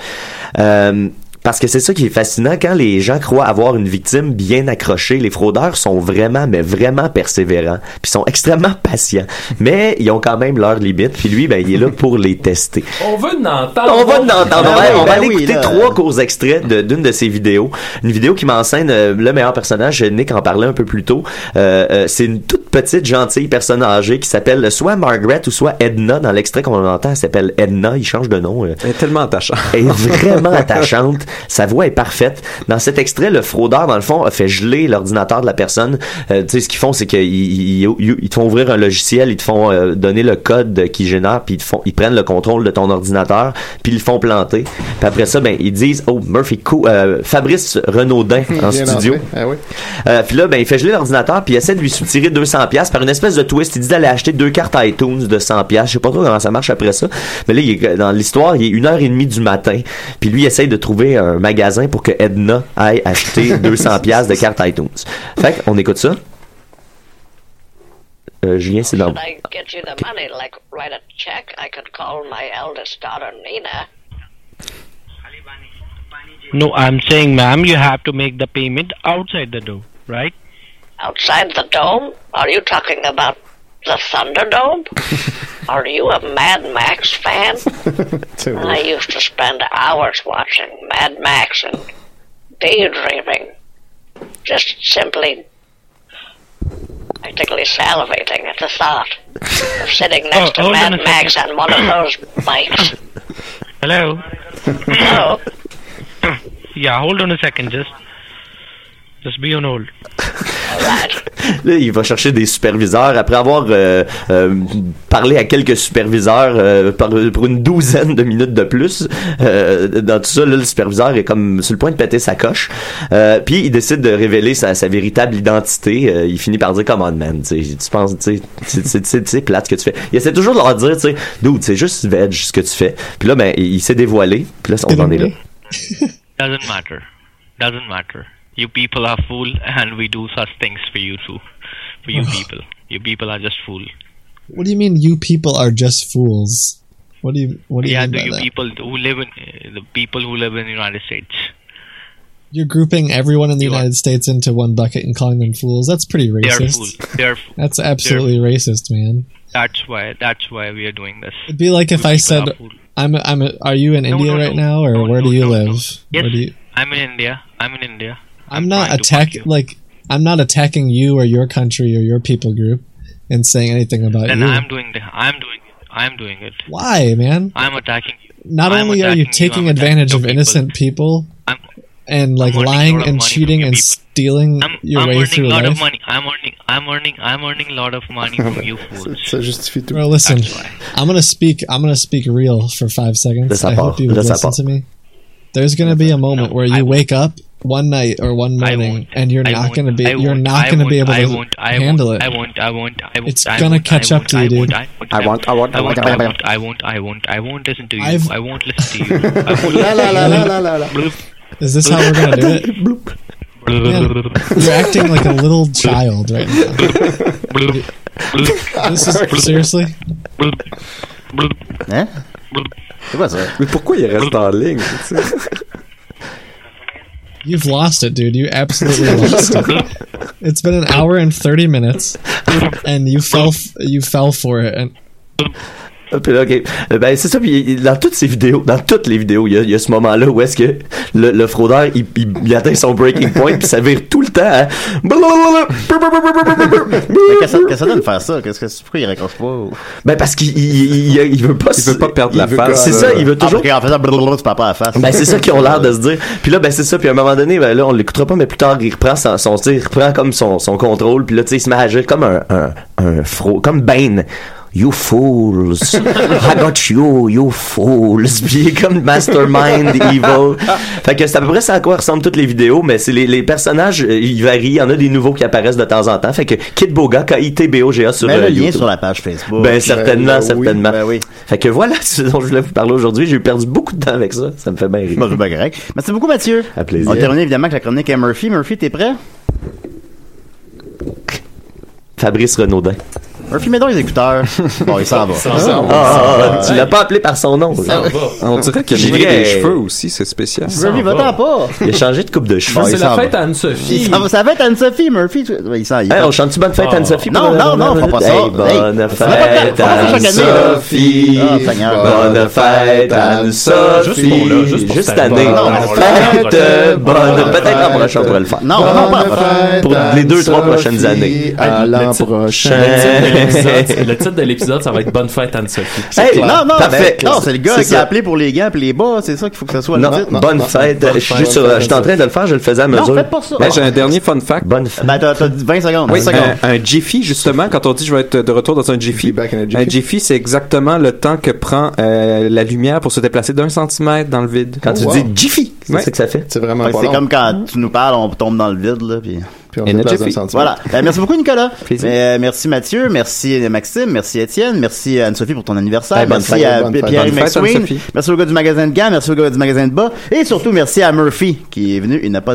Euh, parce que c'est ça qui est fascinant quand les gens croient avoir une victime bien accrochée. Les fraudeurs sont vraiment, mais vraiment persévérants, puis sont extrêmement patients. Mais ils ont quand même leurs limites. Puis lui, ben il est là pour les tester. On veut l'entendre. On va l'entendre. On va, on va aller écouter là. trois courts extraits de- d'une de, ses vidéos. Une vidéo qui m'enseigne euh, le meilleur personnage. Nick en parlait un peu plus tôt. Euh, euh, c'est une toute petite gentille personne âgée qui s'appelle soit Margaret ou soit Edna. Dans l'extrait qu'on entend, elle s'appelle Edna. Il change de nom. euh, Elle est tellement attachante. Elle est vraiment attachante. Sa voix est parfaite. Dans cet extrait, le fraudeur, dans le fond, a fait geler l'ordinateur de la personne. Euh, tu sais, ce qu'ils font, c'est qu'ils ils, ils- ils te font ouvrir un logiciel, ils te font euh, donner le code qu'ils génèrent, puis ils, te font, ils prennent le contrôle de ton ordinateur, puis ils le font planter. Puis après ça, ben, ils disent, oh, Murphy, Coo- euh, Fabrice Renaudin en Bien studio. entré. Ah oui. Euh, puis là, ben, il fait geler l'ordinateur, puis il essaie de lui soutirer 200 pièces par une espèce de twist. Il dit d'aller acheter deux cartes iTunes de 100 pièces. Je sais pas trop comment ça marche après ça. Mais là, il est, dans l'histoire, il est une heure et demie du matin. Puis lui, il essaie de trouver un magasin pour que Edna aille acheter 200 pièces de cartes iTunes. Fait qu'on écoute ça. Euh, Julien, c'est dans... Should I get you the money, like write a check? I could call my eldest daughter Nina. No, I'm saying, ma'am, you have to make the payment outside the door, right? Outside the dome? Are you talking about the Thunderdome? Are you a Mad Max fan? Ah, I used to spend hours watching Mad Max and daydreaming. Just simply practically salivating at the thought of sitting next Oh, to hold on Mad a Max second. on one of those bikes. Hello. Hello. yeah, hold on a second, just just be on hold. Là, il va chercher des superviseurs. Après avoir euh, euh, parlé à quelques superviseurs euh, par- pour une douzaine de minutes de plus, euh, dans tout ça, là, le superviseur est comme sur le point de péter sa coche. Euh, puis il décide de révéler sa, sa véritable identité. Euh, il finit par dire Come on, man. Tu sais, tu penses, tu sais, c'est- c'est- c'est c'est plate ce que tu fais. Il essaie toujours de leur dire, tu sais, dude, c'est juste veg ce que tu fais. Puis là, ben, il, il s'est dévoilé. Puis là, on en est là. Doesn't matter. Doesn't matter. You people are fool, and we do such things for you too. For Ah. you people, you people are just fool. What do you mean you people are just fools? What do you what do you yeah, mean do by you that? people who live in uh, the people who live in the United States? You're grouping everyone in the United States into one bucket and calling them fools. That's pretty They are racist. fools. They are. Fools. That's absolutely racist, man. That's why. That's why we are doing this. It'd be like if I said, "I'm a, I'm a, are you in India right now, or where do you live? Where do you, I'm in India. I'm in India. I'm not attack like I'm not attacking you or your country or your people group and saying anything about Then you. I'm doing the. I'm doing. it. I'm doing it. Why, man? I'm attacking. you. Not I'm only are attacking you I'm taking advantage of innocent people and like lying and cheating and stealing your I'm way earning through a lot life. of money. I'm earning. I'm earning. I'm earning a lot of money from you fools. Ça justifie tout. Well, listen, I'm gonna speak. I'm gonna speak real for five seconds. Laisse I à part. hope you would Laisse à listen to part. me. There's gonna be a moment where you wake up one night or one morning and you're not gonna be. I You're won't, not I gonna be won't, able I to won't, I handle won't, it. I won't. I won't. I won't. It's I gonna won't, catch I up to you, won't, dude. I won't, I won't. I won't. I won't. I won't. I won't. I won't. I won't listen to you. I've- I won't listen to you. I won't La, Hein? la, la, la, la, la, la. Is this how we're gonna do it? Man, you're acting like a little child right now. this is seriously. Hein? C'est quoi ça? Mais pourquoi il reste en ligne? tu sais? You've lost it, dude. You absolutely lost it. It's been an hour and thirty minutes, and you fell. F- you fell for it. And Ah, puis là, ok. Euh, Ben, c'est ça, puis il- dans toutes ces vidéos, dans toutes les vidéos, il y a, il y a ce moment-là où est-ce que le, le fraudeur, il, il- il atteint son breaking point, puis ça vire tout le temps hein. à... Blablabla. Mais Qu'est-ce que- qu'est-ce que ça donne de faire ça? Qu'est-ce que c'est? Pourquoi il raccroche pas? Ah, ou- Ben, parce qu'il il, il- il veut pas... Il veut pas perdre la face. C'est ça, il veut Ah, toujours... parce qu'en faisant blablabla, tu perds pas la face. Ben, c'est ça qu'ils ont l'air de se dire. Puis là, ben, c'est ça. Puis à un moment donné, ben là, on l'écoutera pas, mais plus tard, il reprend son, son tu sais, il reprend comme son, son contrôle. Puis là, tu sais, il se met à agir comme un, un, un fro, comme Bane. You fools. I got you, you fools. Puis il est comme Mastermind Evil. Fait que c'est à peu près ça à quoi ressemblent toutes les vidéos, mais c'est les, les personnages, euh, ils varient. Il y en a des nouveaux qui apparaissent de temps en temps. Fait que Kid Boga, K-I-T-B-O-G-A sur Mets le euh, lien YouTube. sur la page Facebook. Ben Ben, certainement, oui, certainement. Fait que voilà ce dont je voulais vous parler aujourd'hui. J'ai perdu beaucoup de temps avec ça. Ça me fait bien rire. Moi, je grec. Merci beaucoup, Mathieu. À plaisir. On termine évidemment avec la chronique à Murphy. Murphy, t'es prêt? Fabrice Renaudin. Murphy, mets donc les écouteurs. bon, il s'en va. Ah, ah, tu l'as pas appelé par son nom. là. On dirait qu'il a J'irais- viré des cheveux aussi, c'est spécial. Murphy, va-t'en pas. Il a changé de coupe de cheveux. Non, c'est Il la s'en fête va. à Anne-Sophie. Il s'en va. Ça va être Anne-Sophie, Murphy. Tu- ouais, Il s'en il Hey, va. on chante-tu bonne fête, Ah. Anne-Sophie? Non, non, non, fais pas ça. Hey, bonne Hey, fête, on va faire chaque année, là. Anne-Sophie. Ah, Seigneur. Bonne fête, Anne-Sophie. Juste pour là, juste pour Juste cette cette année. année. Non, Bonne on va le faire. fête, bonne. Bonne Peut-être l'an fête. prochain, on pourrait le faire. Non, non, pas l'an prochain. Pour les deux, trois prochaines années. Anne-Sophie, à Le l'an titre- prochain. Euh, Le titre de l'épisode- le titre de l'épisode, ça va être Bonne fête, Anne-Sophie. Hey, non, non, Parfait. c'est- non, c'est le gars C'est qui ça. a appelé pour les gants et les bas, c'est ça qu'il faut que ça soit. Non, le titre. bonne fête. euh, Je suis sur- je suis en train de le faire, je le faisais à Non, mesure. faites pas ça. Ben, j'ai un dernier fun fact. Bonne Ben, t'as t'as dit 20 secondes. Oui, 20 secondes. un, un Jiffy, justement, quand on dit je vais être de retour dans un Jiffy, Euh, un Jiffy, Ben, c'est exactement le temps que prend euh, la lumière pour se déplacer d'un centimètre dans le vide. Quand tu Oh, wow. dis Jiffy, c'est Ouais. ça que ça fait. C'est vraiment Fait que C'est comme quand tu nous parles, on tombe dans le vide, là, puis... on Et se notre déplace Jiffy. d'un centimètre. Voilà. Ben, merci beaucoup, Nicolas. Plaisir. Euh, merci, Mathieu. Merci, euh, Maxime. Merci, Étienne. Merci, euh, Anne-Sophie, pour ton anniversaire. Ben, bonne merci fête, à bonne fête. Pierre Bonne fête, McSween. Anne-Sophie. Merci au gars du magasin de gants. Merci au gars du magasin de bas. Et surtout, merci à Murphy, qui est venu. Il n'a pas dit